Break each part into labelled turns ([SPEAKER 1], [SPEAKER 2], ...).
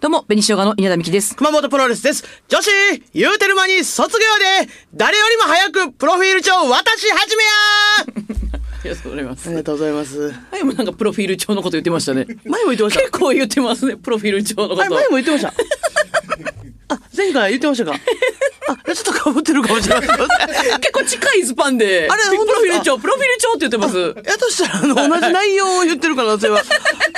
[SPEAKER 1] どうも、紅生姜の稲田美希です。
[SPEAKER 2] 熊本プロレスです。女子、言うてる間に卒業で、誰よりも早くプロフィール帳渡し始めや
[SPEAKER 1] ありがとうございます。
[SPEAKER 2] ありがとうございます。
[SPEAKER 1] 前もなんかプロフィール帳のこと言ってましたね。
[SPEAKER 2] 前も言ってました
[SPEAKER 1] 結構言ってますね、プロフィール帳のこと。
[SPEAKER 2] あ前も言ってま した。あ、前回言ってま したか。あ、ちょっと被ってるかもし れない。
[SPEAKER 1] 結構近いスパンで。
[SPEAKER 2] あれ
[SPEAKER 1] プロ
[SPEAKER 2] 本当
[SPEAKER 1] フィール
[SPEAKER 2] です
[SPEAKER 1] 帳、プロフィール帳って言ってます。
[SPEAKER 2] やとしたら、あの、同じ内容を言ってる可能性は、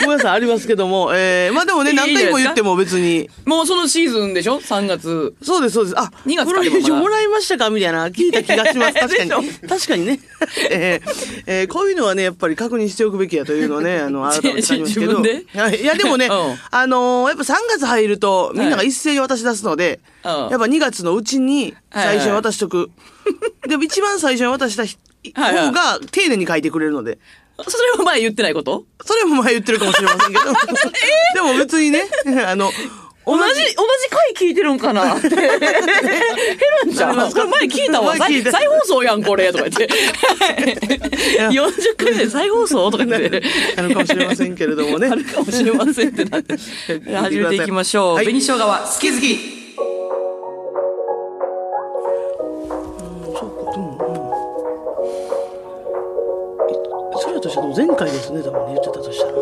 [SPEAKER 2] ごめんなさい、ありますけども、えー、まあでもね、
[SPEAKER 1] いいいい
[SPEAKER 2] 何回も言っても別に。
[SPEAKER 1] もうそのシーズンでしょ ?3 月。
[SPEAKER 2] そうです、そうです。あ、
[SPEAKER 1] 二月
[SPEAKER 2] プロフィール
[SPEAKER 1] ま
[SPEAKER 2] 帳
[SPEAKER 1] だ
[SPEAKER 2] もらいましたかみた いな、聞いた気がします。確かに
[SPEAKER 1] でしょ。
[SPEAKER 2] 確かにね。 えーえーこういうのはね、やっぱり確認しておくべきやというの はね、あの、改めて感じますけど。
[SPEAKER 1] 自分で
[SPEAKER 2] はいいや、でもね、
[SPEAKER 1] うん
[SPEAKER 2] あのーやっぱ3月入ると、みんなが一斉に渡し出すので、
[SPEAKER 1] はいうん
[SPEAKER 2] やっぱ2月のうちに最初に
[SPEAKER 1] はいはい
[SPEAKER 2] 渡しとく。でも一番最初に渡したひ
[SPEAKER 1] はいはい
[SPEAKER 2] 方が丁寧に書いてくれるので。
[SPEAKER 1] それは前言ってないこと
[SPEAKER 2] それも前言ってるかもしれませんけ ど。でも別にね、 あの、
[SPEAKER 1] 同じ、同じ回聞いてるんか なって。 減るんちゃう
[SPEAKER 2] なりますか
[SPEAKER 1] これ前聞いたわ。
[SPEAKER 2] 前聞
[SPEAKER 1] 再
[SPEAKER 2] いた
[SPEAKER 1] 再放送やん、これ。とか言って。40回で再放送とか言って。
[SPEAKER 2] あるかもしれませんけれどもね
[SPEAKER 1] あるかもしれませんってなって。 始めていきましょう。
[SPEAKER 2] はい
[SPEAKER 1] 紅生姜は好き好き。
[SPEAKER 2] そうか、でも、うん、それやとしたら前回ですね、多分ね言ってたとしたら。うん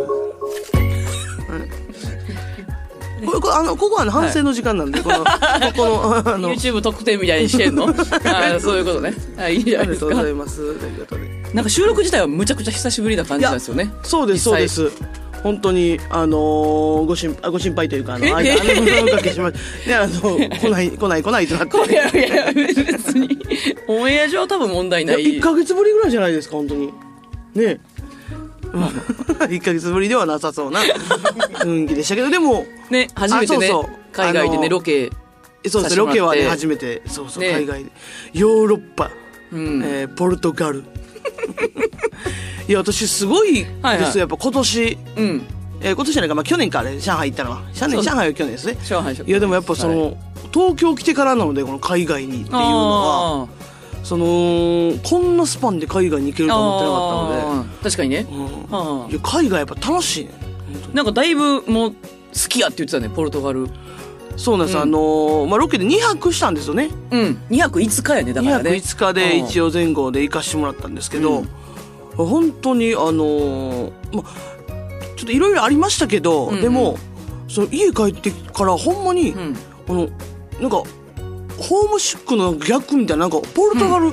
[SPEAKER 2] これこれあのここはあの反省の時間なんで、このここ のあの
[SPEAKER 1] YouTube 特典みたいに してんのあーそういうことね。あいいじゃ
[SPEAKER 2] あ
[SPEAKER 1] ない
[SPEAKER 2] り
[SPEAKER 1] です
[SPEAKER 2] がとうご
[SPEAKER 1] か
[SPEAKER 2] ざ。いますということで
[SPEAKER 1] なんか収録自体はむちゃくちゃ久しぶりな感じなんですよね。
[SPEAKER 2] そうですそうで
[SPEAKER 1] 実際。
[SPEAKER 2] す本当にあのーご心あご心配というかあの
[SPEAKER 1] え
[SPEAKER 2] あいあのおかけしまねあの来ない来ない来ないとなって
[SPEAKER 1] いやいやいや、別に。オンエア上は多分問題ない。
[SPEAKER 2] 1か月ぶりぐらいじゃないですか本当に ね1か月ぶりではなさそうな雰囲気でしたけどでも
[SPEAKER 1] ね、初めてね、
[SPEAKER 2] あそうそう
[SPEAKER 1] 海外で
[SPEAKER 2] あ
[SPEAKER 1] ね、
[SPEAKER 2] の
[SPEAKER 1] ロケ。
[SPEAKER 2] そうです
[SPEAKER 1] させて
[SPEAKER 2] ね
[SPEAKER 1] も
[SPEAKER 2] ロ
[SPEAKER 1] らって
[SPEAKER 2] ケはね初めてそうそう、
[SPEAKER 1] ね
[SPEAKER 2] 海外でヨーロッパ、
[SPEAKER 1] うん。
[SPEAKER 2] えーポルトガル いや私すごいですよ、
[SPEAKER 1] はいはい
[SPEAKER 2] やっぱ今年、
[SPEAKER 1] うん。
[SPEAKER 2] えー今年じゃないか、まあ、去年かあれ上海行ったのは上
[SPEAKER 1] そう
[SPEAKER 2] 海上海は去年ですね
[SPEAKER 1] 上海上海
[SPEAKER 2] いやでもやっぱその、東京来てからなのでこの海外にっていうのは
[SPEAKER 1] あー
[SPEAKER 2] そのこんなスパンで海外に行けると思ってなかったので。
[SPEAKER 1] あー確かにね。
[SPEAKER 2] うん
[SPEAKER 1] あ
[SPEAKER 2] いや海外やっぱ楽しいね
[SPEAKER 1] ーなんかだいぶもう、好きやって言ってたね、ポルトガル。
[SPEAKER 2] そうなんです、あのーまあ、ロケで2泊したんですよね
[SPEAKER 1] うん。2泊5日やね、だか
[SPEAKER 2] 2
[SPEAKER 1] ら
[SPEAKER 2] 泊
[SPEAKER 1] ね。
[SPEAKER 2] 5日で一
[SPEAKER 1] 応。
[SPEAKER 2] 応前後で行かしてもらったんですけど、
[SPEAKER 1] うん
[SPEAKER 2] 本当にあのーま、ちょっといろいろありましたけど、
[SPEAKER 1] うんうん
[SPEAKER 2] でもその家帰ってからほんまに、
[SPEAKER 1] うん。
[SPEAKER 2] あのなんかホームシックの逆みたいななんかポルトガル、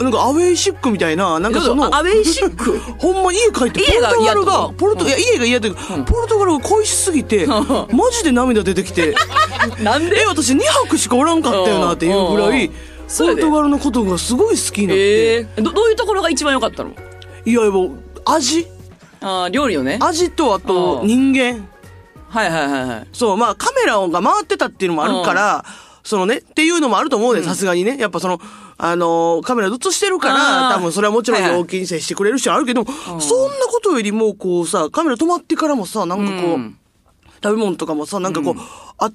[SPEAKER 2] なんかアウェイシックみたいななんかその
[SPEAKER 1] アウェイシック
[SPEAKER 2] ほんま家帰ってポ
[SPEAKER 1] 家が嫌ってこと
[SPEAKER 2] ルトガルがポルト、いや家が嫌というか、
[SPEAKER 1] うん
[SPEAKER 2] ポルトガルが恋しす ぎてマジで涙出てきて。
[SPEAKER 1] なんで
[SPEAKER 2] え私2泊しかおらんかったよなっていうぐら
[SPEAKER 1] う
[SPEAKER 2] い
[SPEAKER 1] ん
[SPEAKER 2] ポ
[SPEAKER 1] そうや
[SPEAKER 2] ル
[SPEAKER 1] で
[SPEAKER 2] トガルのことがすごい好きになって、
[SPEAKER 1] ええどどういうところが一番良かったの
[SPEAKER 2] いやもう味
[SPEAKER 1] あー料理をね
[SPEAKER 2] 味とあと
[SPEAKER 1] うん
[SPEAKER 2] 人間
[SPEAKER 1] はいはいはいはい
[SPEAKER 2] そうまあカメラが回ってたっていうのもあるから、そのねっていうのもあると思うねさすがにねやっぱそのあのーカメラ映してるか
[SPEAKER 1] あ
[SPEAKER 2] ら
[SPEAKER 1] ー
[SPEAKER 2] 多分それはもちろん
[SPEAKER 1] はいはい
[SPEAKER 2] 陽気に接してくれる人はあるけど、そんなことよりもこうさカメラ止まってからもさなんかこう、
[SPEAKER 1] うん
[SPEAKER 2] 食べ物とかもさなんかこう、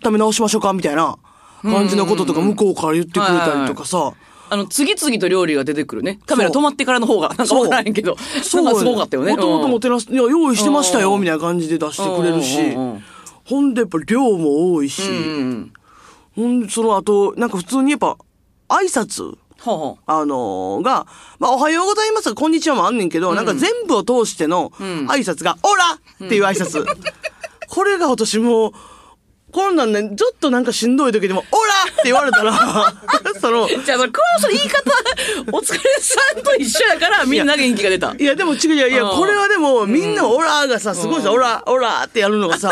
[SPEAKER 2] 温め直しましょうかみたいな感じのこととか向こうから言ってくれたりとかさ、
[SPEAKER 1] あの次々と料理が出てくるねカメラ
[SPEAKER 2] そ
[SPEAKER 1] 止
[SPEAKER 2] う
[SPEAKER 1] まってからの方がなんか
[SPEAKER 2] そう
[SPEAKER 1] わからんけど
[SPEAKER 2] そう
[SPEAKER 1] なんかすごかったよね
[SPEAKER 2] もともともてなす、いや、用意してましたよ、みたいな感じで出してくれるし
[SPEAKER 1] うんうんうん。
[SPEAKER 2] ほんで、やっぱ量も多いし。
[SPEAKER 1] うんうんうん
[SPEAKER 2] ほんで、その後、なんか普通にやっぱ、挨拶
[SPEAKER 1] ほうほ
[SPEAKER 2] あのーが、まあ、おはようございます、こんにちはもあんねんけど、なんか全部を通しての挨拶が、オラっていう挨拶。これが私もう、こんなんね、ちょっとなんかしんどい時でも、オラって言われたら、 その、
[SPEAKER 1] うじゃあそれこのその言い方お疲れさんと一緒やからみんな元気が出た
[SPEAKER 2] いや、でも違う、いや、いや、
[SPEAKER 1] うん
[SPEAKER 2] これはでも、みんなオラーがさ、すごいさ、オラ、オラーってやるのが さ、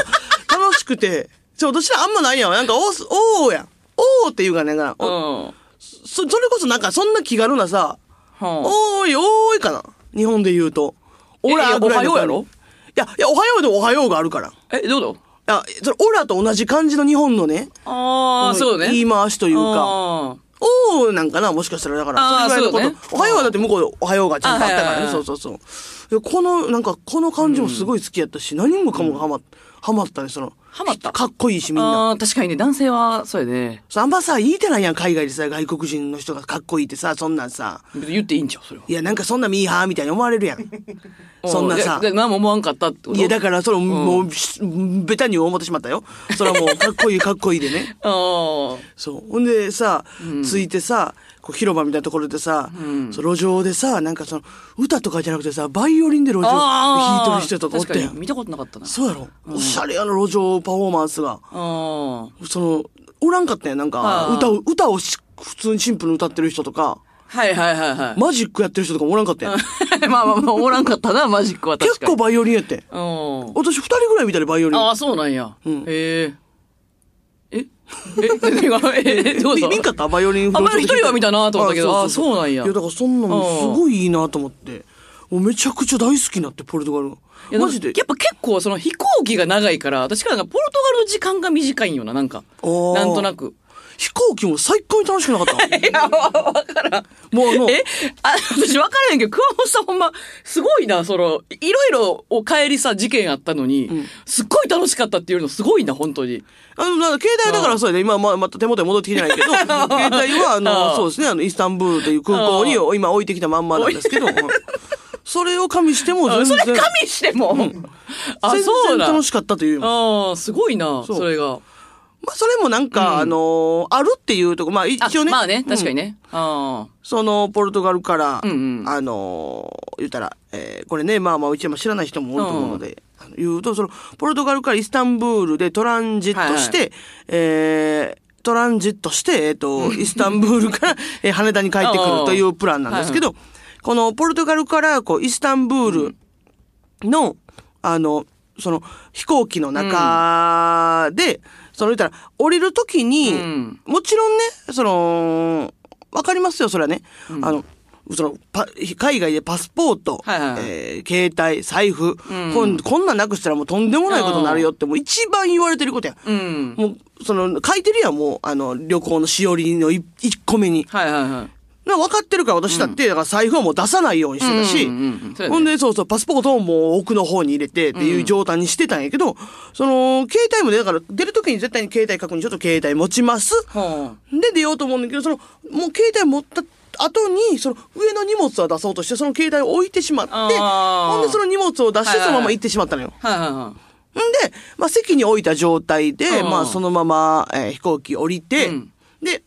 [SPEAKER 2] 楽しくて、ちょ、私らあんまないやん。なんか、おーす、おーやん。おーっていうかね、なんか
[SPEAKER 1] うん
[SPEAKER 2] お
[SPEAKER 1] ほ
[SPEAKER 2] そ、それこそなんか、そんな気軽なさ、
[SPEAKER 1] う
[SPEAKER 2] おーい、おーいかな。日本で言うと。オラーぐらい
[SPEAKER 1] え
[SPEAKER 2] の
[SPEAKER 1] いやおはようやろ
[SPEAKER 2] いや、いや、おはようでおはようがあるから。い
[SPEAKER 1] えどうぞ
[SPEAKER 2] や、それ、オラと同じ感じの日本のね、
[SPEAKER 1] ああそうね
[SPEAKER 2] 言い回しというか、
[SPEAKER 1] あー
[SPEAKER 2] おーなんかな、もしかしたら、だから、
[SPEAKER 1] あー
[SPEAKER 2] それぐら
[SPEAKER 1] そ
[SPEAKER 2] いの
[SPEAKER 1] う
[SPEAKER 2] こ
[SPEAKER 1] ね
[SPEAKER 2] と。おはようはだって向こうでおはようがちゃんとあったか
[SPEAKER 1] あはい
[SPEAKER 2] ら
[SPEAKER 1] はい
[SPEAKER 2] ね、
[SPEAKER 1] はい
[SPEAKER 2] そうそうそう。でこの、なんか、この感じもすごい好きやったし、何もかもがハマ、ハマったね、その。
[SPEAKER 1] ハマった。
[SPEAKER 2] かっこいいし、みんな。
[SPEAKER 1] ああ、確かにね、男性は、それで、
[SPEAKER 2] そあんまさ、言いてないやん、海外でさ、外国人の人がかっこいいってさ、そんなんさ。
[SPEAKER 1] 別に言っていいんちゃう、それは。
[SPEAKER 2] いや、なんかそんなミーハーみたいに思われ るやん。そんなさ
[SPEAKER 1] いや。何も思わんかったってこと
[SPEAKER 2] い
[SPEAKER 1] い
[SPEAKER 2] や、だから、それ、も
[SPEAKER 1] うん
[SPEAKER 2] う、しベタに思ってしまったよ。それはもう、かっこいい、かっこいいでね。
[SPEAKER 1] あー
[SPEAKER 2] そう。ほんでさ、ついてさ、こう広場みたいなところでさ、そう路上でさ、なんかその、歌とかじゃなくてさ、バイオリンで路上弾
[SPEAKER 1] あー。
[SPEAKER 2] いてる人とかおったや
[SPEAKER 1] 確に
[SPEAKER 2] ん。
[SPEAKER 1] 見たことなかったな。
[SPEAKER 2] そうやろ、おしゃれやな、路上パフォーマンスが。
[SPEAKER 1] ああ。
[SPEAKER 2] その、おらんかったやん。なん
[SPEAKER 1] あ
[SPEAKER 2] か、
[SPEAKER 1] ー
[SPEAKER 2] 歌を、歌をし普通にシンプルに歌ってる人とか、
[SPEAKER 1] はいはいはいはい。
[SPEAKER 2] マジックやってる人とかもおらん かったやん。
[SPEAKER 1] まあまあまあ、おらんかったな、マジックは確
[SPEAKER 2] 結
[SPEAKER 1] かに。
[SPEAKER 2] 構バイオリンやってん。
[SPEAKER 1] 構
[SPEAKER 2] 私二人ぐらい見たで、バイオリン。
[SPEAKER 1] ああ、そうなんや。
[SPEAKER 2] ん
[SPEAKER 1] へえ。 ええ、今え、どう
[SPEAKER 2] み
[SPEAKER 1] ぞ。
[SPEAKER 2] 見んかったバイオリン
[SPEAKER 1] あバイオリン一人は見たなと思ったけどあそうなんや
[SPEAKER 2] いや、だからそんなのすごいいいなと思って。もうめちゃくちゃ大好きになって、ポルトガル
[SPEAKER 1] いや
[SPEAKER 2] が。マジで。
[SPEAKER 1] やっぱ結構その飛行機が長いから、私からなんかポルトガルの時間が短いんよな、なんか。
[SPEAKER 2] あー
[SPEAKER 1] なんとなく。
[SPEAKER 2] 飛行機も最高に楽しくなか った。いや、わからん。もうあの、
[SPEAKER 1] えあ、私分からへんけど、桑本さんほんま、すごいな、その、いろいろお帰りさ、事件あったのに、すっごい楽しかったっていうのすごいな、本当に。
[SPEAKER 2] あの、なんか携帯だからそうやね。今、まあ、また手元に戻ってきてない けど、携帯は、あ
[SPEAKER 1] あー
[SPEAKER 2] の、そうですね、あの、イスタンブールという空港に
[SPEAKER 1] あ
[SPEAKER 2] 今置いてきたまんまなんですけど、うんそれを加味しても全
[SPEAKER 1] そ
[SPEAKER 2] 然
[SPEAKER 1] れ、加味しても。あ、
[SPEAKER 2] 全
[SPEAKER 1] そう
[SPEAKER 2] 然
[SPEAKER 1] だ。
[SPEAKER 2] 楽しかったという。
[SPEAKER 1] ああ、すごいな、
[SPEAKER 2] そう
[SPEAKER 1] それが。
[SPEAKER 2] まあ、それもなんか、あのーあるっていうとこ、まあ、一
[SPEAKER 1] あ
[SPEAKER 2] 応ね。
[SPEAKER 1] まあね、
[SPEAKER 2] うん
[SPEAKER 1] 確かにね。あ
[SPEAKER 2] そのポルトガルから、
[SPEAKER 1] うんうん
[SPEAKER 2] あのー言ったら、えーこれねまあまあうちも知らない人も多いと思うので、あの言うとそのポルトガルからイスタンブールでトランジットして、
[SPEAKER 1] は
[SPEAKER 2] えートランジットして、えっと、イスタンブールから、 えー羽田に帰ってくるというプランなんですけど、このポルトガルから、こう、イスタンブールの、あの、その、飛行機の中で、その言ったら、降りるときに、
[SPEAKER 1] うん
[SPEAKER 2] もちろんね、その、わかりますよ、それはね。あの、その、パ海外でパスポート、
[SPEAKER 1] はいはいはい
[SPEAKER 2] えー携帯、財布、こん、こんなんなくしたらもうとんでもないことになるよって、もう一番言われてることやん。
[SPEAKER 1] あ。うん。
[SPEAKER 2] もう、その、書いてるやん、もう、あの、旅行のしおりのい一個目に。
[SPEAKER 1] はいはいはい。
[SPEAKER 2] な分かってるから私だって、だから財布はもう出さないようにしてたし、
[SPEAKER 1] うんうんうんうんそうやね
[SPEAKER 2] ほんで、そうそう、パスポートをもう奥の方に入れてっていう状態にしてたんやけど、その、携帯もねだから出るときに絶対に携帯確認、ちょっと携帯持ちます。
[SPEAKER 1] は
[SPEAKER 2] で、出ようと思うんだけど、その、もう携帯持った後に、その、上の荷物は出そうとして、その携帯を置いてしまって、
[SPEAKER 1] あー
[SPEAKER 2] ほんで、その荷物を出し
[SPEAKER 1] はい
[SPEAKER 2] て、
[SPEAKER 1] はい
[SPEAKER 2] そのまま行ってしまったのよ。
[SPEAKER 1] あ。はいはいはい。
[SPEAKER 2] んで、まあ、席に置いた状態で、
[SPEAKER 1] うん
[SPEAKER 2] まあ、そのまま、えー飛行機降りて、
[SPEAKER 1] うん
[SPEAKER 2] で、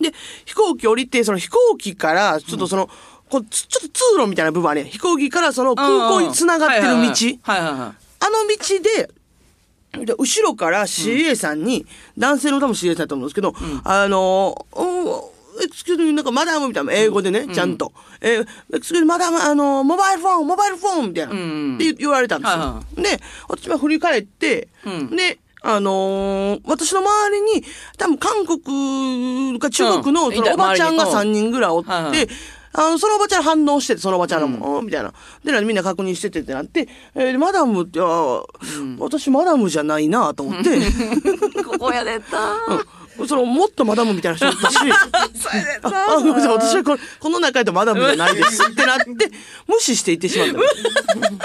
[SPEAKER 2] で、飛行機降りて、その飛行機から、ちょっとその、こうつちょっと通路みたいな部分あるやん飛行機からその空港に繋がってる道。
[SPEAKER 1] はいはいは
[SPEAKER 2] あの道で、で後ろから CA さんに、男性の多分 CA さんだと思うんですけど、あの、お excuse me, なんかマダムみたいな、英語でね、ちゃんと。えー、excuse me, マダム、あの、モバイルフォン、モバイルフォンみたいな、
[SPEAKER 1] ん
[SPEAKER 2] って言われたんですよ。
[SPEAKER 1] はいは
[SPEAKER 2] で、私は振り返って、
[SPEAKER 1] うん
[SPEAKER 2] で、あのー私の周りに、多分韓国か中国
[SPEAKER 1] う
[SPEAKER 2] の
[SPEAKER 1] ん
[SPEAKER 2] そのおばちゃんが
[SPEAKER 1] いた周りにうん
[SPEAKER 2] 3人ぐらいおって、
[SPEAKER 1] はいはい
[SPEAKER 2] あの、そのおばちゃん反応してて、そのおばちゃんも、うんみたいな。で、なんかみんな確認しててってなって、えーマダムって、あー私マダムじゃないなと思って、
[SPEAKER 1] い。ここやでった。
[SPEAKER 2] その、もっとマダムみたいな人だったし、 あ、ごめんなさい、私はこれこの中でマダムじゃないですってなって、無視していってしまったの。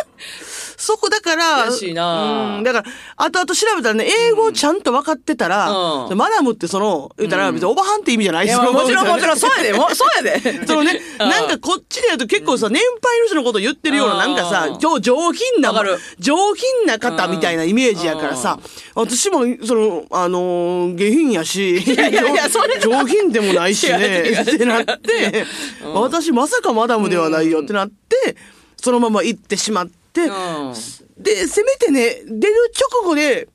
[SPEAKER 2] そこだから、
[SPEAKER 1] 悔しいなあ
[SPEAKER 2] うん、だから、後々調べたらね、英語をちゃんと分かってたら、
[SPEAKER 1] うん
[SPEAKER 2] マダムってその、言ったら別におばはんって意味じゃない
[SPEAKER 1] い
[SPEAKER 2] です
[SPEAKER 1] や、
[SPEAKER 2] よ
[SPEAKER 1] まあもちろんもちろん、そうやで、もうそうやで。
[SPEAKER 2] そのね、
[SPEAKER 1] うん
[SPEAKER 2] なんかこっちでやると結構さ、年配の人のこと言ってるような、
[SPEAKER 1] う
[SPEAKER 2] なんんかさ、上上品な
[SPEAKER 1] わかる、
[SPEAKER 2] 上品な方みたいなイメージやからさ、私も、その、あのー下品やし、
[SPEAKER 1] いやいやそれ
[SPEAKER 2] 上上品でもないし
[SPEAKER 1] 違う
[SPEAKER 2] ね、
[SPEAKER 1] 違う
[SPEAKER 2] ってなって、私まさかマダムではないよってなって、そのまま行ってしまっ
[SPEAKER 1] う
[SPEAKER 2] て、
[SPEAKER 1] ん
[SPEAKER 2] で、せめてね、出る直後で、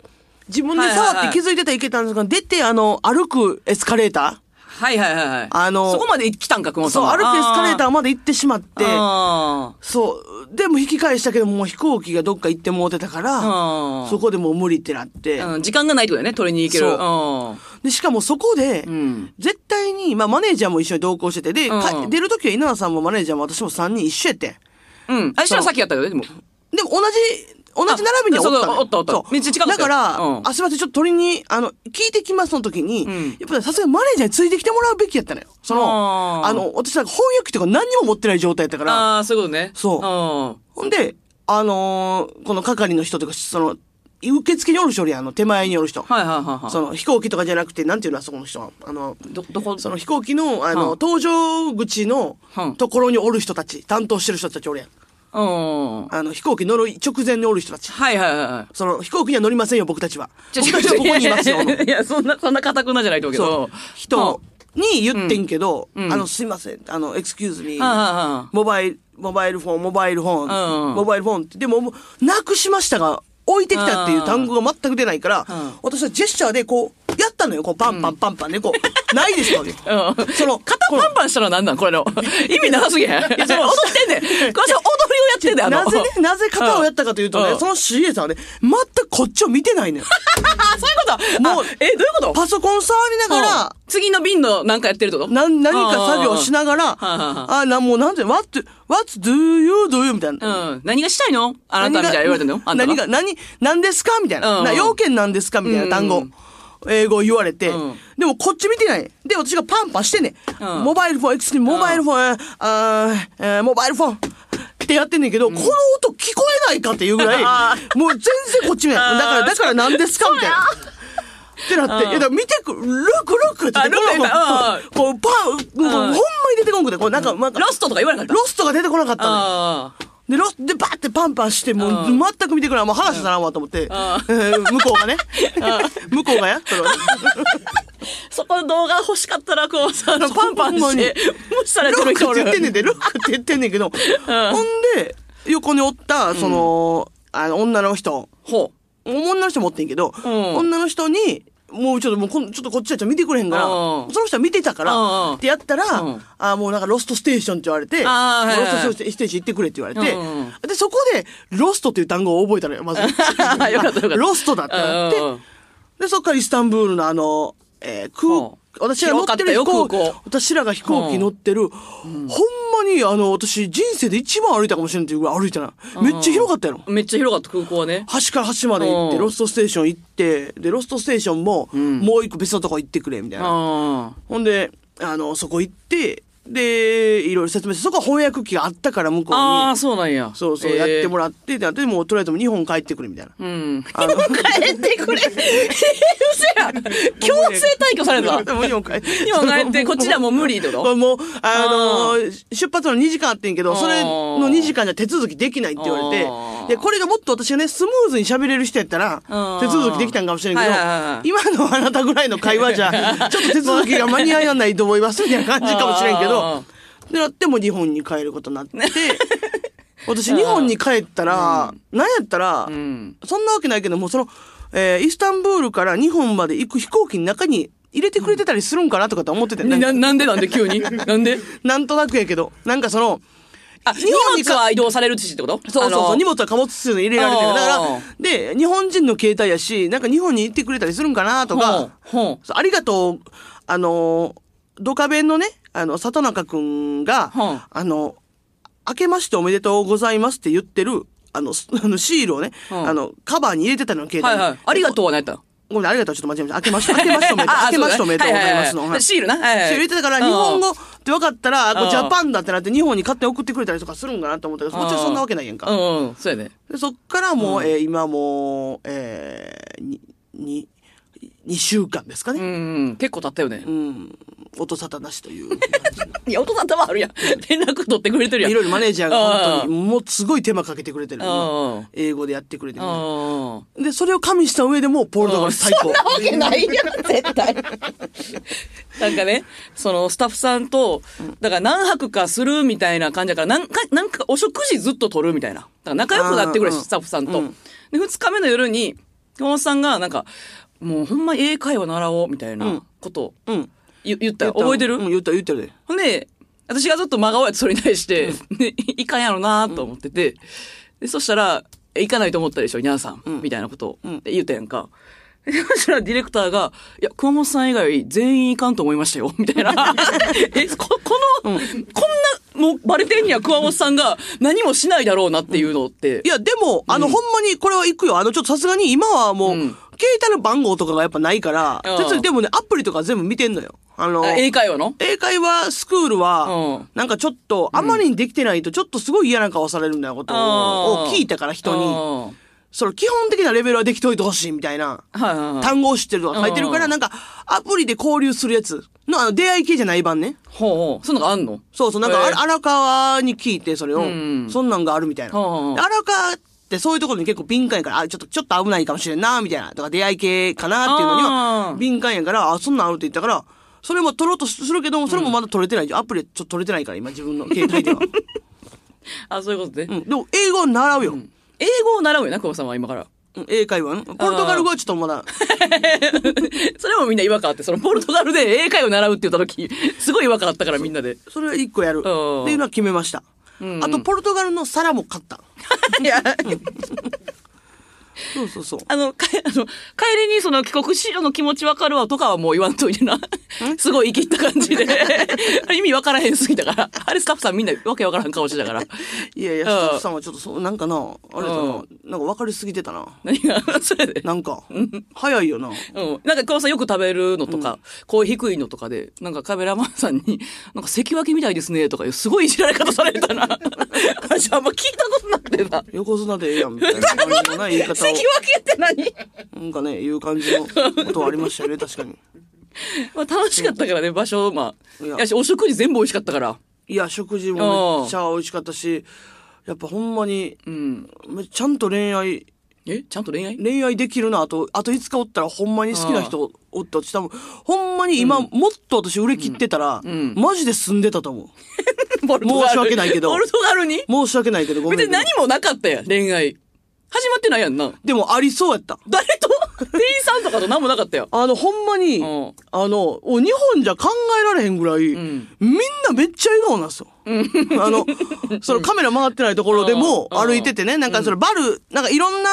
[SPEAKER 2] 自分で触って気づいてたらいけたんですが、出て、あの、歩くエスカレーター
[SPEAKER 1] はいはいはいはい。
[SPEAKER 2] あの
[SPEAKER 1] そこまで来たんか、久保さ
[SPEAKER 2] そ
[SPEAKER 1] ん
[SPEAKER 2] う、
[SPEAKER 1] は。
[SPEAKER 2] 歩くエスカレーターまで行ってしまって、
[SPEAKER 1] あ
[SPEAKER 2] そう。でも引き返したけど、もう飛行機がどっか行ってもうてたから、
[SPEAKER 1] あー
[SPEAKER 2] そこでもう無理ってなって。
[SPEAKER 1] ーうん時間がないってことだよね、取りに行ける。
[SPEAKER 2] で、しかもそこで、
[SPEAKER 1] ん
[SPEAKER 2] 絶対に、まあマネージャーも一緒に同行してて、で、
[SPEAKER 1] うん
[SPEAKER 2] か出るときは稲田さんもマネージャーも私も3人一緒やってん。
[SPEAKER 1] うん。うん。あれ、しらさっきやったよね、でも。
[SPEAKER 2] でも同じ、同じ並びにはおったの
[SPEAKER 1] あそうおったおった
[SPEAKER 2] そう
[SPEAKER 1] めっちゃ近かった
[SPEAKER 2] だ
[SPEAKER 1] よ
[SPEAKER 2] から、
[SPEAKER 1] うん
[SPEAKER 2] あ、すいません、ちょっと鳥に、あの、聞いてきますの時に、
[SPEAKER 1] ん
[SPEAKER 2] やっぱさすがにマネージャーについてきてもらうべきやったのよ。その、
[SPEAKER 1] あー
[SPEAKER 2] あの、私なんか翻訳機とか何にも持ってない状態やったから、
[SPEAKER 1] ああ、そういうことね。
[SPEAKER 2] そ
[SPEAKER 1] うん。
[SPEAKER 2] うほんで、あのーこの係の人というか、その、受付におる人おるやん、あの、手前におる人。
[SPEAKER 1] はいはいはいはい。
[SPEAKER 2] その、飛行機とかじゃなくて、なんていうの、あそこの人は。あの、
[SPEAKER 1] ど、どこ、
[SPEAKER 2] その飛行機の、あの、
[SPEAKER 1] うん
[SPEAKER 2] 搭乗口の
[SPEAKER 1] うん
[SPEAKER 2] ところにおる人たち、担当してる人たちおるやん。
[SPEAKER 1] うん。は
[SPEAKER 2] あの、飛行機乗る直前におる人たち。
[SPEAKER 1] いはいはいはい。
[SPEAKER 2] その、飛行機には乗りませんよ、僕たちは。
[SPEAKER 1] じゃ
[SPEAKER 2] 僕たちはここにいますよ。の
[SPEAKER 1] いや、そんな、そんな固くなじゃないと思うけ
[SPEAKER 2] そ
[SPEAKER 1] ど
[SPEAKER 2] う。。人に言ってんけど、
[SPEAKER 1] うんうん
[SPEAKER 2] あの、すいません、あの、エクスキューズミ
[SPEAKER 1] うん。はいはいはい。
[SPEAKER 2] モバイル、モバイルフォン、モバイルフォン、
[SPEAKER 1] うん
[SPEAKER 2] モバイルフォンって、でも、もうなくしましたが、置いてきたっていう単語が全く出ないから、
[SPEAKER 1] うん
[SPEAKER 2] 私はジェスチャーでこう、やったのよ、こう、パンパンパンパンで、こう、 ないです よね。
[SPEAKER 1] うん
[SPEAKER 2] その、
[SPEAKER 1] 肩パンパンしたらなんなんこれの。意味なさすぎへん。いや、それ踊ってんねん。これそれ踊りをやってんねん、あの。
[SPEAKER 2] なぜね、なぜ肩をやったかというとね、
[SPEAKER 1] うん
[SPEAKER 2] その CA さんはね、全くこっちを見てないのよ。
[SPEAKER 1] あ、そういうこと
[SPEAKER 2] も
[SPEAKER 1] も
[SPEAKER 2] う
[SPEAKER 1] う、え、どういうこと
[SPEAKER 2] パソコン触りながら、
[SPEAKER 1] 次の瓶のなんかやってるってこと
[SPEAKER 2] な、何か作業しながら、
[SPEAKER 1] うんうんうん
[SPEAKER 2] あ、な、もうなんて、what, what do you do? みたいな。
[SPEAKER 1] うん。何がしたいのあなたみたいな言われてんのよあんた
[SPEAKER 2] 何が、何、何ですかみたいな。
[SPEAKER 1] うんうん
[SPEAKER 2] な要件なんですかみたいな単語。
[SPEAKER 1] うん
[SPEAKER 2] 英語言われて、
[SPEAKER 1] うん
[SPEAKER 2] でもこっち見てない。で、私がパンパンしてね、
[SPEAKER 1] うん
[SPEAKER 2] モバイルフォン、エクスキューモバイルフォン、えーあーえーモバイルフォンってやってんねんけど、この音聞こえないかっていうぐ らい、
[SPEAKER 1] あ
[SPEAKER 2] もう全然こっち見ない。だから、だから何ですかみたいな。ってなって、
[SPEAKER 1] うん
[SPEAKER 2] いやだから見てく、ルックルックって言って、
[SPEAKER 1] あルックやった
[SPEAKER 2] このこう、パン、もうほんまに出てこんくて、こうなんか、なんか、
[SPEAKER 1] ロストとか言われなかった
[SPEAKER 2] ロストが出てこなかったのよ。
[SPEAKER 1] ああ。
[SPEAKER 2] で、ロで、バーってパンパンして、もう、
[SPEAKER 1] うん
[SPEAKER 2] 全く見てくれない。もう話さなわと思って、えー 向こうがね。向こう がやそれは
[SPEAKER 1] そこの動画欲しかったら、こうさ、あの、パンパン
[SPEAKER 2] ほんま
[SPEAKER 1] し
[SPEAKER 2] に
[SPEAKER 1] て、無視され
[SPEAKER 2] ロ
[SPEAKER 1] てる
[SPEAKER 2] ック
[SPEAKER 1] 人
[SPEAKER 2] っ
[SPEAKER 1] おる
[SPEAKER 2] て言ってんねんで、ロックって言ってんねんけど。ほんで、横におった、その、あの、女の人。
[SPEAKER 1] ほ
[SPEAKER 2] 女の人持ってんけど、
[SPEAKER 1] ん
[SPEAKER 2] 女の人に、もうちょっともうこん、ちょっとこっちはちょっと見てくれへんから、
[SPEAKER 1] うん
[SPEAKER 2] その人は見てたから、
[SPEAKER 1] うん
[SPEAKER 2] ってやったら、
[SPEAKER 1] うん
[SPEAKER 2] あもうなんかロストステーションって言われて、
[SPEAKER 1] あーはいはいはい
[SPEAKER 2] ロストステーション行ってくれって言われて、
[SPEAKER 1] うん
[SPEAKER 2] で、そこで、ロストっていう単語を覚えたのよ、まず。よ
[SPEAKER 1] った よかった
[SPEAKER 2] ロストだってなって、
[SPEAKER 1] うんうんうん
[SPEAKER 2] で、そっからイスタンブールのあの、えー
[SPEAKER 1] うん
[SPEAKER 2] 空、私ら乗ってる
[SPEAKER 1] 広
[SPEAKER 2] 飛
[SPEAKER 1] か
[SPEAKER 2] 行
[SPEAKER 1] ったよ空港
[SPEAKER 2] 私らが飛行機乗ってる、ほんまにあの、私人生で一番歩いたかもしれんっていうぐらい歩いたな。めっちゃ広かったやろ。
[SPEAKER 1] う。めっちゃ広かった、空港はね。
[SPEAKER 2] 端から端まで行って、
[SPEAKER 1] うん
[SPEAKER 2] ロストステーション行って、で、ロストステーションも、
[SPEAKER 1] ん
[SPEAKER 2] もう一個別のとこ行ってくれ、みたいな。
[SPEAKER 1] ああ。
[SPEAKER 2] ほんで、あの、そこ行って、で、いろいろ説明して、そこは翻訳機があったから向こ
[SPEAKER 1] あ
[SPEAKER 2] う
[SPEAKER 1] あ、
[SPEAKER 2] に、
[SPEAKER 1] そうなんや。
[SPEAKER 2] そうそう、やっても
[SPEAKER 1] ら
[SPEAKER 2] らって、で、あとでもうとりあえずもう日本帰ってくるみたいな。
[SPEAKER 1] う。うん。
[SPEAKER 2] あの
[SPEAKER 1] 帰ってくれ。え、嘘や。強制退去された。
[SPEAKER 2] もう日本帰って。
[SPEAKER 1] 日本帰って、こっちらもう無理ってこ
[SPEAKER 2] ことれもう、あのー出発の2時間あってんけど、それの2時間じゃ手続きできないって言われ
[SPEAKER 1] あ
[SPEAKER 2] て、
[SPEAKER 1] ー
[SPEAKER 2] で、これがもっと私がね、スムーズに喋れる人やったら
[SPEAKER 1] あ、ー
[SPEAKER 2] 手続きできたんかもしれんけど
[SPEAKER 1] はいはいはい、
[SPEAKER 2] 今のあなたぐらいの会 話じゃ、ちょっと手続きが間に合わないと思いますみたいな感じかもしれんけ
[SPEAKER 1] あ
[SPEAKER 2] ど、で、なってもう日本に帰ることに なって、私日本に帰ったら、なんやったら
[SPEAKER 1] う、ん。
[SPEAKER 2] そんなわけないけど、もうその、えーイスタンブールから日本まで行く飛行機の中に入れてくれてたりするんかなとかって思ってて、なん
[SPEAKER 1] な
[SPEAKER 2] か
[SPEAKER 1] なんでなんで急になんで
[SPEAKER 2] なんとなくやけど、なんかその、
[SPEAKER 1] あ、荷物は移動されるしってこと
[SPEAKER 2] そうそう
[SPEAKER 1] あ
[SPEAKER 2] そう、
[SPEAKER 1] の
[SPEAKER 2] 荷物は貨物室に入れられてる。だから
[SPEAKER 1] あ、
[SPEAKER 2] で、日本人の携帯やし、なんか日本に行ってくれたりするんかなとか、
[SPEAKER 1] ほうほう
[SPEAKER 2] そうありがとう、あの、ドカベンのね、あの、里中くんが、
[SPEAKER 1] ほう
[SPEAKER 2] あの、明けましておめでとうございますって言ってる、あの、すあのシールをね、
[SPEAKER 1] うん
[SPEAKER 2] あの、カバーに入れてたのよ、携
[SPEAKER 1] は
[SPEAKER 2] 帯
[SPEAKER 1] い
[SPEAKER 2] に。
[SPEAKER 1] はい。ありがとうは何やったの
[SPEAKER 2] ごめん、ありがとう、ちょっと間違えました。明けまして、明け ましておめでとう、明けましておめでとうございますの。
[SPEAKER 1] あ
[SPEAKER 2] はい
[SPEAKER 1] そうねははははシールな。
[SPEAKER 2] そう入れてたから、日本語って分かったら、あこ
[SPEAKER 1] う
[SPEAKER 2] れ
[SPEAKER 1] ん
[SPEAKER 2] ジャパンだってなって日本に勝手に送ってくれたりとかするんかなと思ったけど、もちろんそんなわけないやん
[SPEAKER 1] う
[SPEAKER 2] か。
[SPEAKER 1] んうん、そうやね。
[SPEAKER 2] でそっからもう、えー今もう、えーに、に、2週間ですか
[SPEAKER 1] う
[SPEAKER 2] ね。
[SPEAKER 1] ん、結構経ったよね
[SPEAKER 2] う。ん。音沙汰なしという。
[SPEAKER 1] いや、音沙汰はあるやん。連絡取ってくれてるやん。
[SPEAKER 2] いろいろマネージャーが本当
[SPEAKER 1] うん
[SPEAKER 2] に、もうすごい手間かけてくれてる
[SPEAKER 1] うん。
[SPEAKER 2] 英語でやってくれてる。
[SPEAKER 1] うん。
[SPEAKER 2] で、それを加味した上でもうポールだから最高。
[SPEAKER 1] なわけないやん、絶対。なんかね、そのスタッフさんと、だから何泊かするみたいな感じだから、なんか、なんかお食事ずっと取るみたいな。だから仲良くなってくれ、
[SPEAKER 2] あーうん
[SPEAKER 1] スタッフさんと。
[SPEAKER 2] うん
[SPEAKER 1] で、二日目の夜に、山本さんがなんか、もうほんま英会話習おうみたいなことを
[SPEAKER 2] うん。
[SPEAKER 1] 言,、言ったよ覚えてる、
[SPEAKER 2] うん、言った、言ってるで。
[SPEAKER 1] ほんで、私がずっと真顔やってそれに対して、 ねいかんやろなと思ってて、で、そしたら、え行かないと思ったでしょ、にゃんさん、
[SPEAKER 2] うん
[SPEAKER 1] みたいなことを
[SPEAKER 2] うん
[SPEAKER 1] 言うたやんか。でそしたらディレクターが、いや、熊本さん以外全員いかんと思いましたよ、み たいな。え、こ、この、こんな、もうバレてんには熊本さんが何もしないだろうなっていうのって。
[SPEAKER 2] いや、でも、あの、ほんまに、これは行くよ。あの、ちょっとさすがに、今はもう、
[SPEAKER 1] うん
[SPEAKER 2] 携帯の番号とかがやっぱないから、
[SPEAKER 1] うん
[SPEAKER 2] 別にでもね、アプリとか全部見てんのよ。あの、
[SPEAKER 1] あ英会話の
[SPEAKER 2] 英会話スクールは、
[SPEAKER 1] うん
[SPEAKER 2] なんかちょっと、あまりにできてないと、ちょっとすごい嫌な顔されるみたいなことを聞いたから、人に。
[SPEAKER 1] に。
[SPEAKER 2] その基本的なレベルはできといてほしいみたい
[SPEAKER 1] は
[SPEAKER 2] な。
[SPEAKER 1] いはいはい。
[SPEAKER 2] 単語を知ってるとか書いてるから、
[SPEAKER 1] うん
[SPEAKER 2] なんか、アプリで交流するやつの、あの、出会い系じゃない版ね。
[SPEAKER 1] ほうほう。そういうのがあんの
[SPEAKER 2] そうそう、なんか、
[SPEAKER 1] へ
[SPEAKER 2] あ
[SPEAKER 1] え
[SPEAKER 2] ら荒川に聞いて、それを、
[SPEAKER 1] ん
[SPEAKER 2] そんなんがあるみたいな。で
[SPEAKER 1] はあはあ
[SPEAKER 2] 荒川ってそういうところに結構敏感やから、あ、ちょっと、ちょっと危ないかもしれんな、みたいな。とか、出会い系かな、っていうのに
[SPEAKER 1] あ
[SPEAKER 2] は
[SPEAKER 1] ー、
[SPEAKER 2] 敏感やから、あ、そんなんあるって言ったから、それも取ろうとするけども、それもまだ取れてない。アプリはちょっと取れてないから、今自分の携帯 では。
[SPEAKER 1] あ、そういうことで。
[SPEAKER 2] うん。でも、英語は習うよ。
[SPEAKER 1] 英語を習うよな、久保さんは今から。
[SPEAKER 2] うん英会話のポルトガル語はちょっとま だ、
[SPEAKER 1] それもみんな違和感あって、そのポルトガルで英会を習うって言った時、すごい違和感あったからみんなで。
[SPEAKER 2] それは一個やる。って
[SPEAKER 1] うん
[SPEAKER 2] いうのは決めました。あと、ポルトガルの皿も買った。
[SPEAKER 1] いや、
[SPEAKER 2] そうそうそう。
[SPEAKER 1] あの、か あの、帰りにその帰国子女の気持ちわかるわとかはもう言わんといてな。すごい生きった感じで。 意味わからへんすぎたから。あれスタッフさんみんなわけわからん顔してたから。
[SPEAKER 2] いやい
[SPEAKER 1] う
[SPEAKER 2] や、
[SPEAKER 1] ん
[SPEAKER 2] スタッフさんはちょっとそう、なんかな、あれだな
[SPEAKER 1] う、
[SPEAKER 2] なんか分かりすぎてたな。
[SPEAKER 1] 何が、 それで。
[SPEAKER 2] なんか、早いよな。
[SPEAKER 1] うん。なんか、久保さんよく食べるのとか、声低いのとかで、なんかカメラマンさんに、なんか関脇みたいですね、とか、すごいいじられ方されたな。 私あんま聞いたことなくてな。
[SPEAKER 2] 横綱でええやん、みたい な感じのな言い方
[SPEAKER 1] 関
[SPEAKER 2] を
[SPEAKER 1] 脇、って何、
[SPEAKER 2] なんかね、言う感じのことはありまし たよね、確かに。
[SPEAKER 1] まあ、楽しかったからね、場所、まあ。
[SPEAKER 2] いや
[SPEAKER 1] いやし、お食事全部美味しかったから。
[SPEAKER 2] いや、食事もめっちゃ美味しかったし、やっぱほんまに、
[SPEAKER 1] うん。
[SPEAKER 2] めちゃんと恋愛、
[SPEAKER 1] えちゃんと恋 愛
[SPEAKER 2] 恋愛できるな、あと、あといつかおったらほんまに好きな人おったとしたも、ほんまに今、もっと私売れ切ってたら、
[SPEAKER 1] ん
[SPEAKER 2] マジで住んでたと思う。
[SPEAKER 1] ポルトガル
[SPEAKER 2] 申し訳ない けど
[SPEAKER 1] ポルトガルに
[SPEAKER 2] 申し訳ないけど、ごめん
[SPEAKER 1] 別
[SPEAKER 2] け
[SPEAKER 1] に
[SPEAKER 2] ど。
[SPEAKER 1] 何もなかったやん、恋愛。始まってないやんな。
[SPEAKER 2] でもありそうやった。
[SPEAKER 1] 誰と店員さんとかと何もなかった よ。
[SPEAKER 2] あの、ほんまに、
[SPEAKER 1] うん
[SPEAKER 2] あの、お日本じゃ考えられへんぐらい、
[SPEAKER 1] ん
[SPEAKER 2] みんなめっちゃ笑顔なんですよ。あの、そのカメラ回ってないところでも
[SPEAKER 1] うん
[SPEAKER 2] 歩いててね、なんかそのバル、なんかいろんな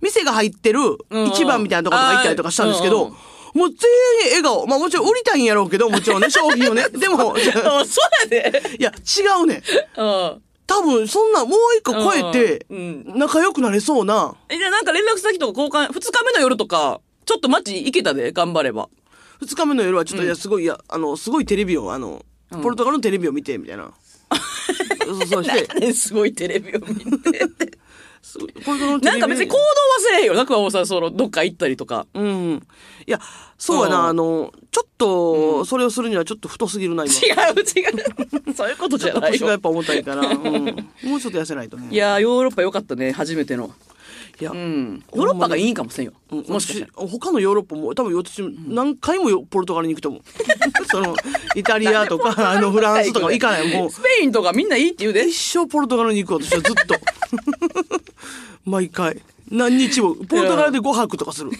[SPEAKER 2] 店が入ってる
[SPEAKER 1] うん
[SPEAKER 2] 市場みたいなところとか行ったりとかしたんですけど、
[SPEAKER 1] うん
[SPEAKER 2] もう全員笑顔。まあもちろん売りたいんやろうけど、も ちろんね、商品をね。でも、い
[SPEAKER 1] あ、そうやで。
[SPEAKER 2] や、違うね。
[SPEAKER 1] うん。
[SPEAKER 2] 多分、そんな、もう一個超えて
[SPEAKER 1] う、ん
[SPEAKER 2] 仲良くなれそうな。
[SPEAKER 1] え、じゃあなんか連絡先とか交換、二日目の夜とか、ちょっと街行けたで、頑張れば。
[SPEAKER 2] 二日目の夜はちょっと、いや、すごい、いや、あの、すごいテレビを、あの、ポルトガルのテレビを見て、みたいな。そうそ うして、
[SPEAKER 1] ね、すごいテレビを見て。
[SPEAKER 2] すごいポルトガルのテ
[SPEAKER 1] な
[SPEAKER 2] レビ
[SPEAKER 1] んか別に行動はせえへんよな、桑本さん、その、どっか行ったりとか。
[SPEAKER 2] うん。いや、そうやな、
[SPEAKER 1] うん
[SPEAKER 2] あの、ちょっと、それをするにはちょっと太すぎるな、今。
[SPEAKER 1] 違う、違 う。そういうこと
[SPEAKER 2] ち
[SPEAKER 1] じ
[SPEAKER 2] ょっ
[SPEAKER 1] ゃ
[SPEAKER 2] と
[SPEAKER 1] ない
[SPEAKER 2] 腰がや
[SPEAKER 1] よ
[SPEAKER 2] っ。ぱ重たいから、 うん、もうちょっと痩せないとね。
[SPEAKER 1] いやー、ヨーロッパ良かったね、初めての。
[SPEAKER 2] いや、う
[SPEAKER 1] うんん。ヨーロッパがいいんかもしれんよ。もしかしたら。
[SPEAKER 2] 私他のヨーロッパも、多分私、何回もよポルトガルに行くと思う。 その、イタリアとか、あの、フランスとか行かない。もう、
[SPEAKER 1] スペインとかみんないいって言うで。
[SPEAKER 2] 一生ポルトガルに行く私はずっと。 毎回。何日も。ポルトガルで5泊とかする。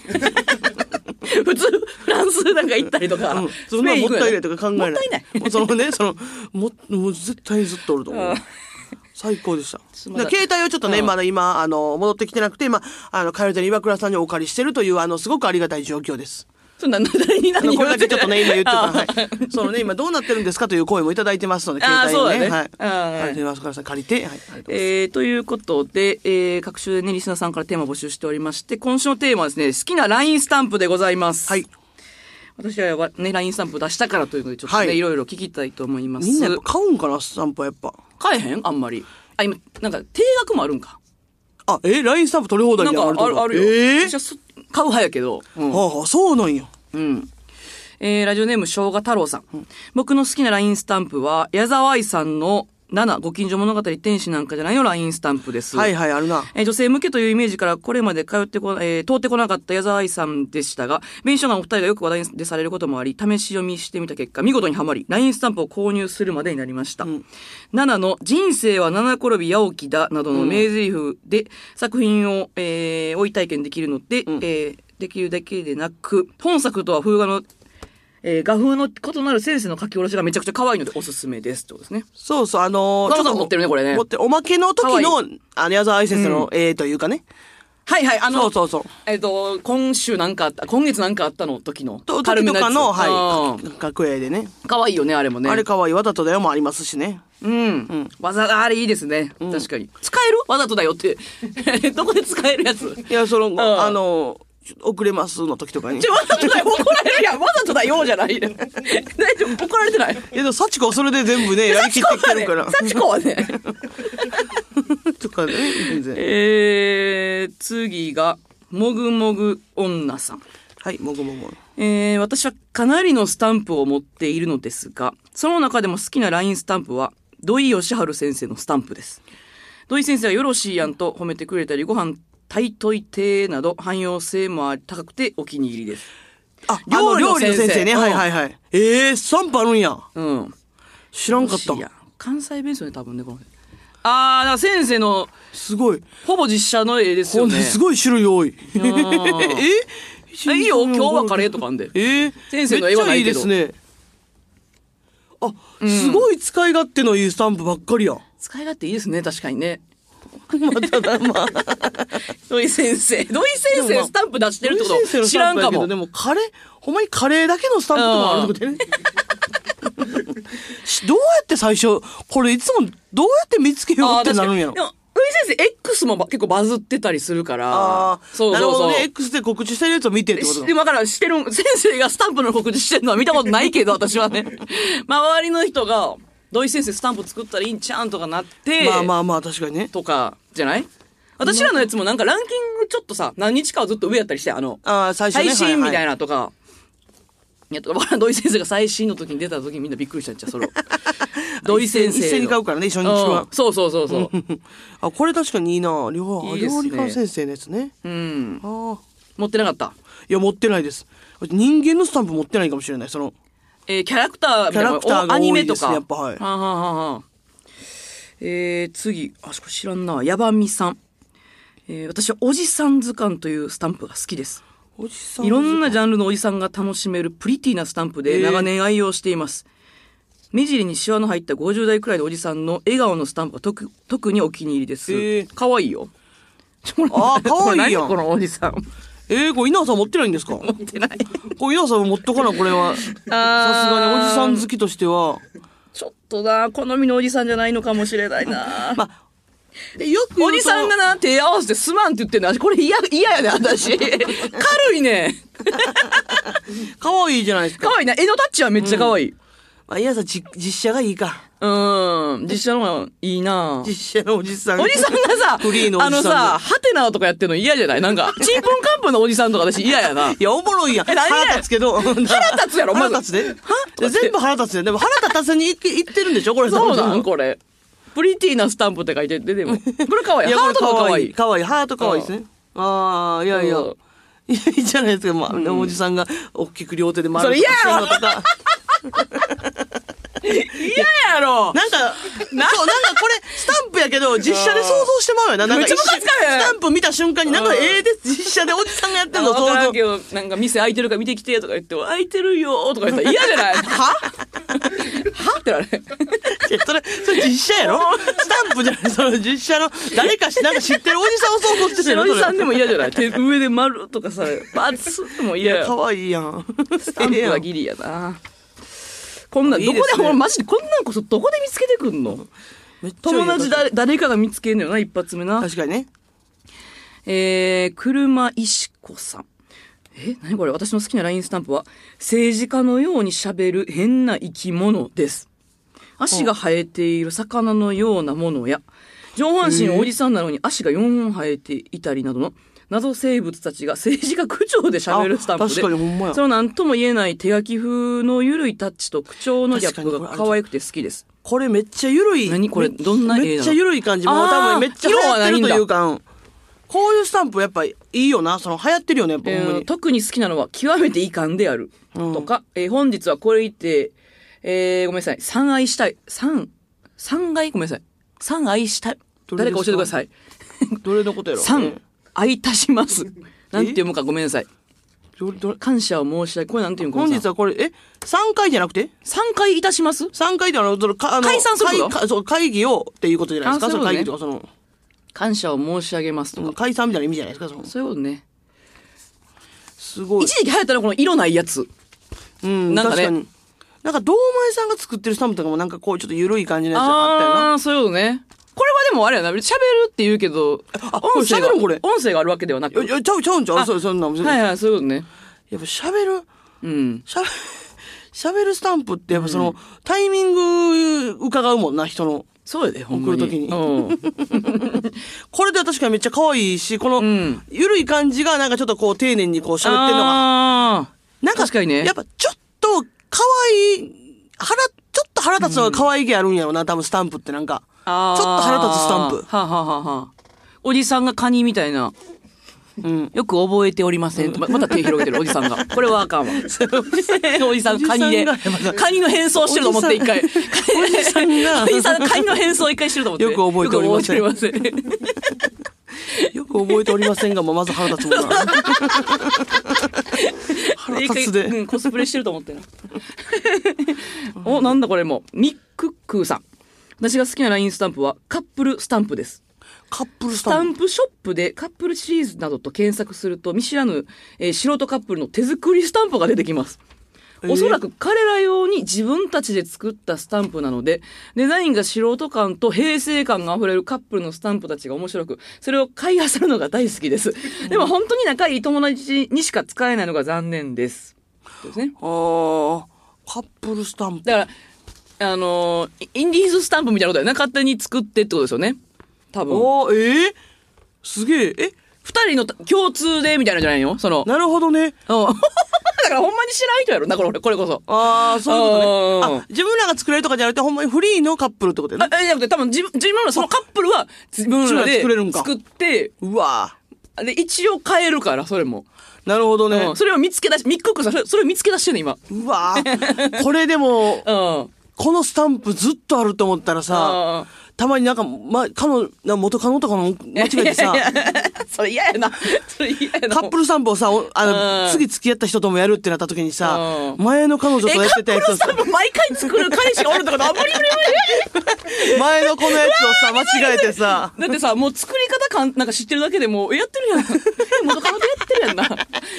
[SPEAKER 1] 普通、フランスなんか行ったりとか
[SPEAKER 2] うん。
[SPEAKER 1] ス
[SPEAKER 2] そんな
[SPEAKER 1] ペイン行
[SPEAKER 2] もっ
[SPEAKER 1] くよ
[SPEAKER 2] たいな
[SPEAKER 1] ね
[SPEAKER 2] いとか考えない。
[SPEAKER 1] もったいない。
[SPEAKER 2] もうそのね、その、も、もう絶対にずっとおると思
[SPEAKER 1] う。
[SPEAKER 2] うん最高でした。
[SPEAKER 1] すま
[SPEAKER 2] だ
[SPEAKER 1] ない
[SPEAKER 2] から携帯をちょっとね、
[SPEAKER 1] うん
[SPEAKER 2] まだ今、あの、戻ってきてなくて、今、あの、カルテの岩倉さんにお借りしてるという、あの、すごくありがたい状況です。
[SPEAKER 1] そんな、誰に
[SPEAKER 2] あの、
[SPEAKER 1] 何
[SPEAKER 2] これだけちょっとね、今言ってた。
[SPEAKER 1] あ
[SPEAKER 2] はい。そのね、今どうなってるんですかという声もいただいてますので、
[SPEAKER 1] あー
[SPEAKER 2] 携帯に
[SPEAKER 1] そ
[SPEAKER 2] ね。
[SPEAKER 1] うだ
[SPEAKER 2] は
[SPEAKER 1] ね
[SPEAKER 2] い。
[SPEAKER 1] あー
[SPEAKER 2] カルテの岩倉さん借りて、はい。ありがとうございます
[SPEAKER 1] えー、ということで、えー、各週でね、リスナーさんからテーマ募集しておりまして、今週のテーマはですね、好きな LINE スタンプでございます。
[SPEAKER 2] はい。
[SPEAKER 1] 私はやばね、LINE スタンプ出したからということで、ちょっとね、
[SPEAKER 2] はい
[SPEAKER 1] い、ろいろ聞きたいと思います。
[SPEAKER 2] みんなやっぱ買うんかな、スタンプはやっぱ。
[SPEAKER 1] 買えへんあんまり。あ、今、なんか、定額もあるんか。
[SPEAKER 2] あ、え、LINE スタンプ取り放題
[SPEAKER 1] な
[SPEAKER 2] み
[SPEAKER 1] ん
[SPEAKER 2] たい
[SPEAKER 1] か、
[SPEAKER 2] な
[SPEAKER 1] あ
[SPEAKER 2] の
[SPEAKER 1] る、あるよ。
[SPEAKER 2] ええ
[SPEAKER 1] 私はそ買う派やけど。うん
[SPEAKER 2] はあはあ、そうなんや。
[SPEAKER 1] うん。えーラジオネーム、生姜太郎さん。僕の好きな LINE スタンプは、矢沢愛さんの7、ご近所物語天使なんかじゃないの LINE スタンプです。
[SPEAKER 2] はいはい、あるな。
[SPEAKER 1] えー女性向けというイメージからこれまで通ってこ、えー通ってこなかった矢沢愛さんでしたが、弁償がお二人がよく話題でされることもあり、試し読みしてみた結果、見事にはまり、LINE スタンプを購入するまでになりました。7の人生は七転び八起きだなどの名台詞で作品を、えー追い体験できるので、えーできるだけでなく、本作とは風画の、えー画風の異なるセンスの書き下ろしがめちゃくちゃ可愛いのでおすすめです。ということですね。
[SPEAKER 2] そうそう、あのー、
[SPEAKER 1] 岡本さん
[SPEAKER 2] ちょと
[SPEAKER 1] 持ってるねこれね
[SPEAKER 2] 持って、おまけの時
[SPEAKER 1] か
[SPEAKER 2] の
[SPEAKER 1] わ、
[SPEAKER 2] あの、矢沢愛先生の、えーというかね。
[SPEAKER 1] はいはい、あの、
[SPEAKER 2] そうそうそう。
[SPEAKER 1] えっ、と、今週なんかあった、今月なんかあったの時の。。
[SPEAKER 2] と、時とかの、はいい、学園でね。
[SPEAKER 1] かわいいよね、あれもね。
[SPEAKER 2] あれかわいい、わざとだよもありますしね。
[SPEAKER 1] うん。技、あれいいですね。確かに。使えるわざとだよって。 どこで使えるやつ
[SPEAKER 2] いや、その、
[SPEAKER 1] あ
[SPEAKER 2] あのー、ちょっと遅れますの時とかに。い
[SPEAKER 1] ちょ、わざとだよ、怒られるやん。わざとだよ、じゃない。大丈夫、怒られてない。
[SPEAKER 2] や、でも、幸子はそれで全部ね、やりきってきてるから。
[SPEAKER 1] 幸子はね。
[SPEAKER 2] とかね、全然。
[SPEAKER 1] えー、次が、もぐもぐ女さん。
[SPEAKER 2] はい、もぐもぐ。
[SPEAKER 1] えー私はかなりのスタンプを持っているのですが、その中でも好きな LINE スタンプは、土井義春先生のスタンプです。土井先生はよろしいやんと褒めてくれたり、ご飯炊いといてなど、汎用性も高くてお気に入りです。
[SPEAKER 2] あ、料理
[SPEAKER 1] 料
[SPEAKER 2] の
[SPEAKER 1] 理の先生
[SPEAKER 2] 先生ね。
[SPEAKER 1] うん
[SPEAKER 2] はいはいはい。えー、スタンプあるんや。
[SPEAKER 1] うん。
[SPEAKER 2] 知らんかっ
[SPEAKER 1] よしや
[SPEAKER 2] た。
[SPEAKER 1] ん関西弁ですよね、多分ね、この辺。あー、だから先生の、
[SPEAKER 2] すごい。
[SPEAKER 1] ほぼ実写の絵です
[SPEAKER 2] ほ
[SPEAKER 1] よ
[SPEAKER 2] んと
[SPEAKER 1] ね。
[SPEAKER 2] すごい種類多い。 え
[SPEAKER 1] あいいよ、今日はカレーとかあんで。
[SPEAKER 2] えー、
[SPEAKER 1] 先生の絵はないけど
[SPEAKER 2] めっちゃいいですね。あ、すごい使い勝手のいいスタンプばっかりや。
[SPEAKER 1] 使い勝手いいですね、確かにね。
[SPEAKER 2] まただま あ。
[SPEAKER 1] 土井先生。土井先
[SPEAKER 2] でもま
[SPEAKER 1] 生
[SPEAKER 2] あ
[SPEAKER 1] スタンプ出してるってこ
[SPEAKER 2] 土井先生
[SPEAKER 1] と
[SPEAKER 2] のス
[SPEAKER 1] 知
[SPEAKER 2] タ
[SPEAKER 1] ら
[SPEAKER 2] ン
[SPEAKER 1] ん
[SPEAKER 2] プや
[SPEAKER 1] か
[SPEAKER 2] けど
[SPEAKER 1] も。
[SPEAKER 2] でもカレー、ほんまにカレーだけのスタンプとかあるってことね。し どうやって最初、これいつもどうやって見つけよう
[SPEAKER 1] あ
[SPEAKER 2] ってなるんやろ
[SPEAKER 1] ー確かにで。も、土井先生 X もば結構バズってたりするから。
[SPEAKER 2] ああ、
[SPEAKER 1] そう
[SPEAKER 2] なる
[SPEAKER 1] そう
[SPEAKER 2] ほ
[SPEAKER 1] そう。
[SPEAKER 2] どね。X で告知してるやつを見てってこと
[SPEAKER 1] し
[SPEAKER 2] だ
[SPEAKER 1] でもだからしてるん、先生がスタンプの告知してるのは 見たことないけど、私はね。周りの人が、土井先生スタンプ作ったらいいんちゃうんとかなって、
[SPEAKER 2] まあまあまあ、確かにね。
[SPEAKER 1] とか、じゃない私らのやつもなんかランキングちょっとさ、何日かはずっと上やったりして、あの、
[SPEAKER 2] ああ、最初ね。
[SPEAKER 1] 最新みたい
[SPEAKER 2] な。
[SPEAKER 1] なとか、いやとか土井先生が最新の時に出た時にみんなびっくりしたんちゃうそ れを土井先生の
[SPEAKER 2] 一斉に買うからね初日は
[SPEAKER 1] うんそうそうそうそう
[SPEAKER 2] あ、これ確かにいいな。料
[SPEAKER 1] いいです
[SPEAKER 2] 料
[SPEAKER 1] ね
[SPEAKER 2] 理家先生のやつね。
[SPEAKER 1] うん
[SPEAKER 2] ああ。
[SPEAKER 1] 持ってなかった
[SPEAKER 2] いや、持ってないです。人間のスタンプ持ってないかもしれない。その、
[SPEAKER 1] えーキャラクターみたいな
[SPEAKER 2] キャラクターが
[SPEAKER 1] おアニメ
[SPEAKER 2] 多いで
[SPEAKER 1] と
[SPEAKER 2] す
[SPEAKER 1] か
[SPEAKER 2] ねやっぱはい
[SPEAKER 1] はんはんはんはんえー次あこれ知らんなヤバミさん、えー私は「おじさん図鑑」というスタンプが好きです
[SPEAKER 2] おじさん。
[SPEAKER 1] いろんなジャンルのおじさんが楽しめるプリティなスタンプで長年愛用しています。目尻にシワの入った50代くらいのおじさんの笑顔のスタンプが特特にお気に入りです。
[SPEAKER 2] えー
[SPEAKER 1] かわいいよ。
[SPEAKER 2] あーかわいいやん
[SPEAKER 1] これ何このおじさん。
[SPEAKER 2] えー、これ稲葉さん持ってないんですか持ってない。これ稲葉さんも持っとかな、これは。さすがにおじさん好きとしては。
[SPEAKER 1] ちょっとな、好みのおじさんじゃないのかもしれないな。
[SPEAKER 2] まあ、えよく言うと
[SPEAKER 1] おじさんがな、手合わせてすまんって言ってんの。これ嫌、嫌やね、 私。軽いね。
[SPEAKER 2] 可愛いじゃないです
[SPEAKER 1] か
[SPEAKER 2] か。
[SPEAKER 1] わいいな。絵のタッチはめっちゃかわいい。
[SPEAKER 2] まあ、稲葉さん、じ実写がいいか。
[SPEAKER 1] うん、実写の方がいいな。
[SPEAKER 2] 実写のおじさん。
[SPEAKER 1] おじさんがさ、
[SPEAKER 2] フリーのおじ
[SPEAKER 1] あ
[SPEAKER 2] さ
[SPEAKER 1] の
[SPEAKER 2] んが
[SPEAKER 1] さ、ハテナとかやってるの嫌じゃないなんか、チンポンカンプのおじさんとか私嫌やな。
[SPEAKER 2] いや、おもろいやん。
[SPEAKER 1] え何
[SPEAKER 2] 腹立つけど。腹
[SPEAKER 1] 立つやろまず
[SPEAKER 2] 腹立つで。
[SPEAKER 1] は
[SPEAKER 2] 全部腹立つやん。でも腹立たせに行行ってるんでしょこ れ。
[SPEAKER 1] そうなんこれ。プリティなスタンプって書いてて、 でも。これかわいい。
[SPEAKER 2] や
[SPEAKER 1] ハート
[SPEAKER 2] これ
[SPEAKER 1] もかわいい。
[SPEAKER 2] かわいい。ハートかわいいですね。ああ、いやいや。
[SPEAKER 1] うん
[SPEAKER 2] いやいいじゃないですか。まあ、おじさんが大きく両手で丸
[SPEAKER 1] それ
[SPEAKER 2] く
[SPEAKER 1] 嫌や
[SPEAKER 2] して
[SPEAKER 1] ろ
[SPEAKER 2] るのと か。
[SPEAKER 1] 嫌やろ
[SPEAKER 2] なんか、そう、なんかこれ、スタンプやけど、実写で想像してまうよな。なん
[SPEAKER 1] めっちゃ
[SPEAKER 2] 一瞬
[SPEAKER 1] ムカつかへん
[SPEAKER 2] スタンプ見た瞬間に、なん
[SPEAKER 1] う
[SPEAKER 2] か
[SPEAKER 1] ん
[SPEAKER 2] ええで実写でおじさんがやってんの、
[SPEAKER 1] わ
[SPEAKER 2] 想
[SPEAKER 1] からんけ
[SPEAKER 2] 像。
[SPEAKER 1] ど、なんか店開いてるから見てきてとか言って、開いてるよとか言ったら嫌じゃない ははってな る。
[SPEAKER 2] いやそれ、それ実写やろスタンプじゃない、その実写の、誰かし、なんか知ってるおじさんを想像してる
[SPEAKER 1] 白
[SPEAKER 2] の
[SPEAKER 1] 井さんでも
[SPEAKER 2] も。
[SPEAKER 1] 嫌じゃ ない手上で丸とかさ、バツっても嫌や
[SPEAKER 2] かわいいやん。ス
[SPEAKER 1] スタンプはギリやな。こんなん、どこで、
[SPEAKER 2] いいですね
[SPEAKER 1] ほらマジでこんなんこそどこで見つけてくんの友達だ誰かが見つけんのよな、一発目な。
[SPEAKER 2] 確かにね。
[SPEAKER 1] えー、車石子さん。え、何これ私の好きな LINE スタンプは、政治家のように喋る変な生き物です。足が生えている魚のようなものや、上半身おじさんなのに足が4本生えていたりなどの、謎生物たちが政治家口調で喋るスタンプで、
[SPEAKER 2] あ確かにほんまや
[SPEAKER 1] その何とも言えない手書き風の緩いタッチと口調のギャップが可愛くて好きです。
[SPEAKER 2] これめっちゃゆるい。
[SPEAKER 1] 何これ
[SPEAKER 2] め
[SPEAKER 1] どんな絵なの
[SPEAKER 2] めっちゃゆるい感じ。
[SPEAKER 1] あー
[SPEAKER 2] もう多分めっちゃ流行ってるというか、うんこういうスタンプやっぱいいよな。その流行ってるよね、やっぱほんま
[SPEAKER 1] えー
[SPEAKER 2] に。
[SPEAKER 1] 特に好きなのは極めて遺憾であるとか、えー本日はこれいて、えーごめんなさい、三愛したい、三、三愛ごめんなさい、三愛したい。
[SPEAKER 2] ど
[SPEAKER 1] 誰
[SPEAKER 2] れです
[SPEAKER 1] か
[SPEAKER 2] か
[SPEAKER 1] 教えてください。
[SPEAKER 2] どれのことやろ
[SPEAKER 1] 三、愛いたします。なんて読むかごめんなさい。
[SPEAKER 2] どれどれ
[SPEAKER 1] 感謝を申し上げ、これなんて読む
[SPEAKER 2] 本日
[SPEAKER 1] か。
[SPEAKER 2] はこれ、え ?3 回じゃなくて
[SPEAKER 1] 三回いたします
[SPEAKER 2] ?3 回ではなくて、かあの
[SPEAKER 1] 解散するの
[SPEAKER 2] 会かそう会議をっていうことじゃないですか。
[SPEAKER 1] あそ
[SPEAKER 2] そう
[SPEAKER 1] いうこ
[SPEAKER 2] の
[SPEAKER 1] と
[SPEAKER 2] 会
[SPEAKER 1] ね
[SPEAKER 2] 議とか、その、
[SPEAKER 1] 感謝を申し上げますとか。
[SPEAKER 2] 解散みたいな意味じゃないですか。その
[SPEAKER 1] そういうことね。
[SPEAKER 2] すごい
[SPEAKER 1] 一。時期流行ったのはこの色ないやつ。
[SPEAKER 2] うん、
[SPEAKER 1] なんか
[SPEAKER 2] 確
[SPEAKER 1] ね
[SPEAKER 2] かに。なんか、堂前さんが作ってるスタンプとかもなんかこう、ちょっとゆるい感じのやつあったよな。
[SPEAKER 1] ああー、そういうことね。これはでもあれやな、喋るって言うけど、
[SPEAKER 2] あ
[SPEAKER 1] 音声
[SPEAKER 2] これ喋
[SPEAKER 1] が、
[SPEAKER 2] るんこれ
[SPEAKER 1] 音声があるわけではなく。
[SPEAKER 2] いやいやちゃうちゃうんちゃう
[SPEAKER 1] あ
[SPEAKER 2] そうそんなもん
[SPEAKER 1] はいはい、そういうことね。
[SPEAKER 2] やっぱ喋る。
[SPEAKER 1] うん。
[SPEAKER 2] しゃべ、 しゃべるスタンプってやっぱその、タイミング伺うもんな、人の。
[SPEAKER 1] そうやで、ほんま
[SPEAKER 2] 送る時に
[SPEAKER 1] うん
[SPEAKER 2] これで確かにめっちゃ可愛いし、この、
[SPEAKER 1] ん
[SPEAKER 2] ゆるい感じがなんかちょっとこう丁寧にこう喋ってるのが、
[SPEAKER 1] あー
[SPEAKER 2] なんか、
[SPEAKER 1] 確かにね。
[SPEAKER 2] やっぱちょっと可愛い、腹、ちょっと腹立つのが可愛げあるんやろな、多分スタンプってなんか。ちょ
[SPEAKER 1] あ
[SPEAKER 2] っ
[SPEAKER 1] ー
[SPEAKER 2] と腹立つスタンプ。
[SPEAKER 1] はあ、はあはあはあ、おじさんがカニみたいな。
[SPEAKER 2] うん。
[SPEAKER 1] よく覚えておりません。ままた手広げてるおじさん が。これはあかんわ。おじさんカニで
[SPEAKER 2] おじさんが。
[SPEAKER 1] カニの変装してると思って
[SPEAKER 2] お
[SPEAKER 1] 一
[SPEAKER 2] じさ
[SPEAKER 1] 回。
[SPEAKER 2] んおじさんが
[SPEAKER 1] おじさんカニの変装一回してると思って。
[SPEAKER 2] よく覚えておりませ
[SPEAKER 1] よ
[SPEAKER 2] ん
[SPEAKER 1] く覚えておりません。
[SPEAKER 2] よく覚えておりませんが、もうまず腹立つもんな。腹
[SPEAKER 1] 一
[SPEAKER 2] 立つ
[SPEAKER 1] 回う
[SPEAKER 2] で。
[SPEAKER 1] ん、コスプレしてると思ってな。お、なんだこれも。ミッククーさん。私が好きな LINE スタンプはカップルスタンプです。
[SPEAKER 2] カップルス
[SPEAKER 1] スタ
[SPEAKER 2] タン
[SPEAKER 1] ンプショップでカップルシリーズなどと検索すると見知らぬ、えー素人カップルの手作りスタンプが出てきます。
[SPEAKER 2] えー
[SPEAKER 1] おそらく彼ら用に自分たちで作ったスタンプなので、デザインが素人感と平成感が溢れるカップルのスタンプたちが面白く、それを買い漁るのが大好きです。でも本当に仲いい友達にしか使えないのが残念です。そうですね。
[SPEAKER 2] プ。あーカップルスタンプ。
[SPEAKER 1] だから、あのーインディーズスタンプみたいなことだよね。勝手に作ってってことですよね。多分。
[SPEAKER 2] おー、えーすげえ。え、
[SPEAKER 1] 二人の共通でみたいなんじゃないよその。
[SPEAKER 2] なるほどね。
[SPEAKER 1] うん。だ からほんまに知らん人やろな、これ、これこそ。
[SPEAKER 2] ああ、そういうこと
[SPEAKER 1] うん
[SPEAKER 2] ね。あ、自分らが作れるとかじゃなくて、ほんまにフリーのカップルってことや
[SPEAKER 1] あ
[SPEAKER 2] ね。、
[SPEAKER 1] えじゃなくて、多分自分、自分らのそのカップルは、自分らで
[SPEAKER 2] 自分らで作れるんか
[SPEAKER 1] 作って、
[SPEAKER 2] うわ
[SPEAKER 1] で、一応変えるから、それも。
[SPEAKER 2] ーなるほどね。
[SPEAKER 1] うん。それを見つけ出し、ミックックさん、それそれを見つけ出してんね、今。
[SPEAKER 2] うわーこれでも、
[SPEAKER 1] うん。
[SPEAKER 2] このスタンプずっとあると思ったらさ
[SPEAKER 1] あ、
[SPEAKER 2] たまになんか、ま、彼女、な元カノとかの間違えてさ
[SPEAKER 1] い、やいやいやそれ嫌やな。 それ嫌やな。
[SPEAKER 2] カップルスタンプをさ、おあ
[SPEAKER 1] う
[SPEAKER 2] の、
[SPEAKER 1] ん
[SPEAKER 2] 次付き合った人ともやるってなった時にさ
[SPEAKER 1] う、ん
[SPEAKER 2] 前の彼女と
[SPEAKER 1] え、カ
[SPEAKER 2] やって
[SPEAKER 1] ップ
[SPEAKER 2] たやつを
[SPEAKER 1] ル
[SPEAKER 2] さ
[SPEAKER 1] さ、毎回作る彼氏がおるってことあんまり無理無理
[SPEAKER 2] 前のこのやつをさ、間違えてさ、
[SPEAKER 1] だってさ、もう作り方かん、なんか知ってるだけでもう、えやってるやん。 え元カノでやってるやん な。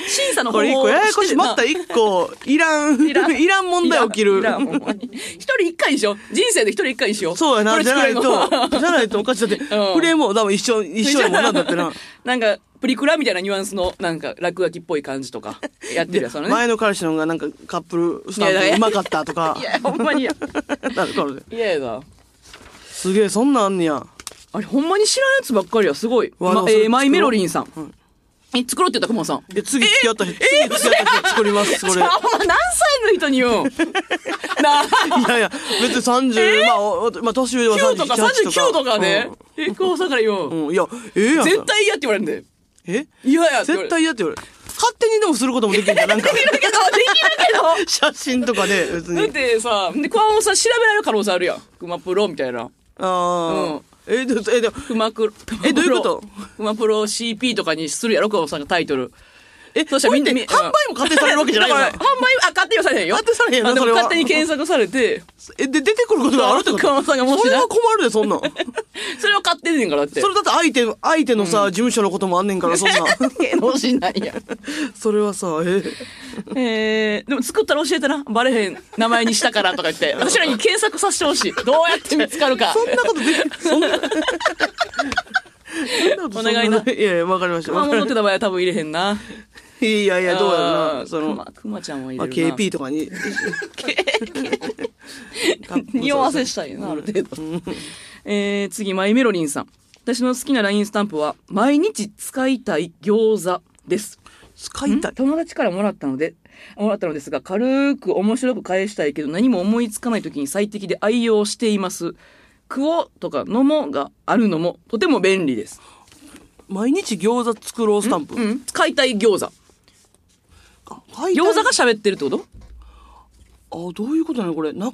[SPEAKER 1] 審査の方
[SPEAKER 2] これ一
[SPEAKER 1] 法
[SPEAKER 2] 個ややこ
[SPEAKER 1] 知っ
[SPEAKER 2] しい。
[SPEAKER 1] てるな
[SPEAKER 2] また一個、いらん、い
[SPEAKER 1] いらん
[SPEAKER 2] らん問題起き
[SPEAKER 1] い
[SPEAKER 2] る。
[SPEAKER 1] らんいらんほんまに一人一回にしよう。人生で一人一回にしよう。
[SPEAKER 2] そうや
[SPEAKER 1] こ
[SPEAKER 2] な、
[SPEAKER 1] れ
[SPEAKER 2] じゃ
[SPEAKER 1] 作
[SPEAKER 2] な
[SPEAKER 1] れ
[SPEAKER 2] い
[SPEAKER 1] るの
[SPEAKER 2] と、じゃないとおかしいだって、
[SPEAKER 1] うん
[SPEAKER 2] フレームも多分一緒、一緒やもんな、だってな。
[SPEAKER 1] なんか、プリクラみたいなニュアンスの、なんか、落書きっぽい感じとか、やってるやん、そのね。
[SPEAKER 2] 前の彼氏の方がなんかカップルスタン
[SPEAKER 1] いやい
[SPEAKER 2] プ
[SPEAKER 1] や
[SPEAKER 2] うまかったとか
[SPEAKER 1] い、や、ほんまにや。
[SPEAKER 2] なるからね。
[SPEAKER 1] いややだ。
[SPEAKER 2] すげえ、そんなんあんねや。あれ、
[SPEAKER 1] ほんまに知らんやつばっかりや、すごい。
[SPEAKER 2] わ
[SPEAKER 1] ま
[SPEAKER 2] でもそ
[SPEAKER 1] え
[SPEAKER 2] れ作ろう
[SPEAKER 1] ー、マイメロリンさん。え、作ろうって言った、くまさん。
[SPEAKER 2] で次付き合った人、次付き合った人作ります、こ
[SPEAKER 1] じ
[SPEAKER 2] れ。
[SPEAKER 1] ゃあ、お前何歳の人に言 うんなあ、
[SPEAKER 2] いやいや、別に30、まあお、おまあ、年上は
[SPEAKER 1] 9とか
[SPEAKER 2] 38
[SPEAKER 1] 39とかね。え、こうさから言うん
[SPEAKER 2] う。ん、うんいや、ええやん。
[SPEAKER 1] 絶対嫌って言われるんで。
[SPEAKER 2] え
[SPEAKER 1] 嫌やって言われ
[SPEAKER 2] 絶
[SPEAKER 1] る。
[SPEAKER 2] 対嫌って言われる。勝手にでもすることもできるんじゃんなんか、
[SPEAKER 1] できるけど、できるけど。
[SPEAKER 2] 写真とかで、別
[SPEAKER 1] だっ
[SPEAKER 2] に。
[SPEAKER 1] てさ、で、熊本さん調べられる可能性あるやん。熊プロみたいな。
[SPEAKER 2] ああ。え、でも、え、でも、
[SPEAKER 1] 熊クロ。
[SPEAKER 2] えどういうこと
[SPEAKER 1] 熊プロ CP とかにするやろ、熊本さんがタイ トル。
[SPEAKER 2] え、
[SPEAKER 1] そうしたらみんな
[SPEAKER 2] これって販売も勝手にされるわけじゃないよ
[SPEAKER 1] だ
[SPEAKER 2] な
[SPEAKER 1] から、販売、あ、勝手にはされへんよ。
[SPEAKER 2] 勝手にされへんよな
[SPEAKER 1] あでも
[SPEAKER 2] それは
[SPEAKER 1] 勝手に検索されて、
[SPEAKER 2] え、で、出てくることがあるってこと
[SPEAKER 1] 熊本さんがもしな
[SPEAKER 2] それは困るで、そ んなん。
[SPEAKER 1] それを買ってんねんから、だって。
[SPEAKER 2] それだって相手、相手のさ、事務所のこともあんねんから、そ んなん。
[SPEAKER 1] 芸能人なんや。
[SPEAKER 2] それはさ、え、
[SPEAKER 1] えー、でも作ったら教えてな。バレへん名前にしたからとか言って。私らに検索させてほしい。どうやって見つかるか。
[SPEAKER 2] そんなことでき、そんな。
[SPEAKER 1] お願いな
[SPEAKER 2] そんいやいや、わかりました。
[SPEAKER 1] 熊本って名前は多分入れへんな。
[SPEAKER 2] いやい
[SPEAKER 1] い
[SPEAKER 2] や、どうやろうな。その、
[SPEAKER 1] 熊
[SPEAKER 2] ま
[SPEAKER 1] 熊ちゃんも入
[SPEAKER 2] あ、
[SPEAKER 1] れるな。
[SPEAKER 2] KP とかに。
[SPEAKER 1] 匂わ せしたいな、ある程度。えー、次、マイメロリンさん。私の好きな LINE スタンプは、毎日使いたい餃子です。
[SPEAKER 2] 使いたい。
[SPEAKER 1] 友達からもらったので、もらったのですが、軽く面白く返したいけど、何も思いつかない時に最適で愛用しています。食おうとか飲もうがあるのも、とても便利です。
[SPEAKER 2] 毎日餃子作ろうスタンプ。
[SPEAKER 1] うん、使いたい餃子。
[SPEAKER 2] 買いたい
[SPEAKER 1] 餃子が喋ってるってこと
[SPEAKER 2] あ、どういうことなのこれ。な、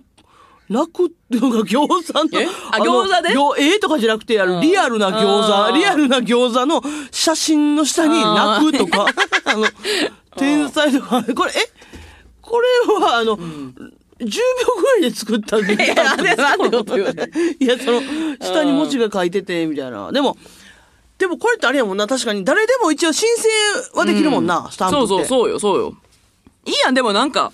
[SPEAKER 2] なくっていうか餃子の。
[SPEAKER 1] えあ
[SPEAKER 2] の
[SPEAKER 1] 餃子で
[SPEAKER 2] 餃ええとかじゃなくて、あ
[SPEAKER 1] う
[SPEAKER 2] の、
[SPEAKER 1] ん
[SPEAKER 2] リアルな餃
[SPEAKER 1] あ
[SPEAKER 2] 子、
[SPEAKER 1] ー
[SPEAKER 2] リアルな餃子の写真の下に
[SPEAKER 1] あ
[SPEAKER 2] 泣
[SPEAKER 1] ー
[SPEAKER 2] く とか、あの、天才とか、これ、えこれは、あの、10秒ぐらいで作ったんで
[SPEAKER 1] いやなんでなんでこと言うの
[SPEAKER 2] いや、その、下に文字が書いてて、みたいな。でも、でもこれってあれやもんな、確かに。誰でも一応申請はできるもんな、スタンプっ
[SPEAKER 1] そ
[SPEAKER 2] て。
[SPEAKER 1] うそうそうよ、そうよ。いいやん、でもなんか、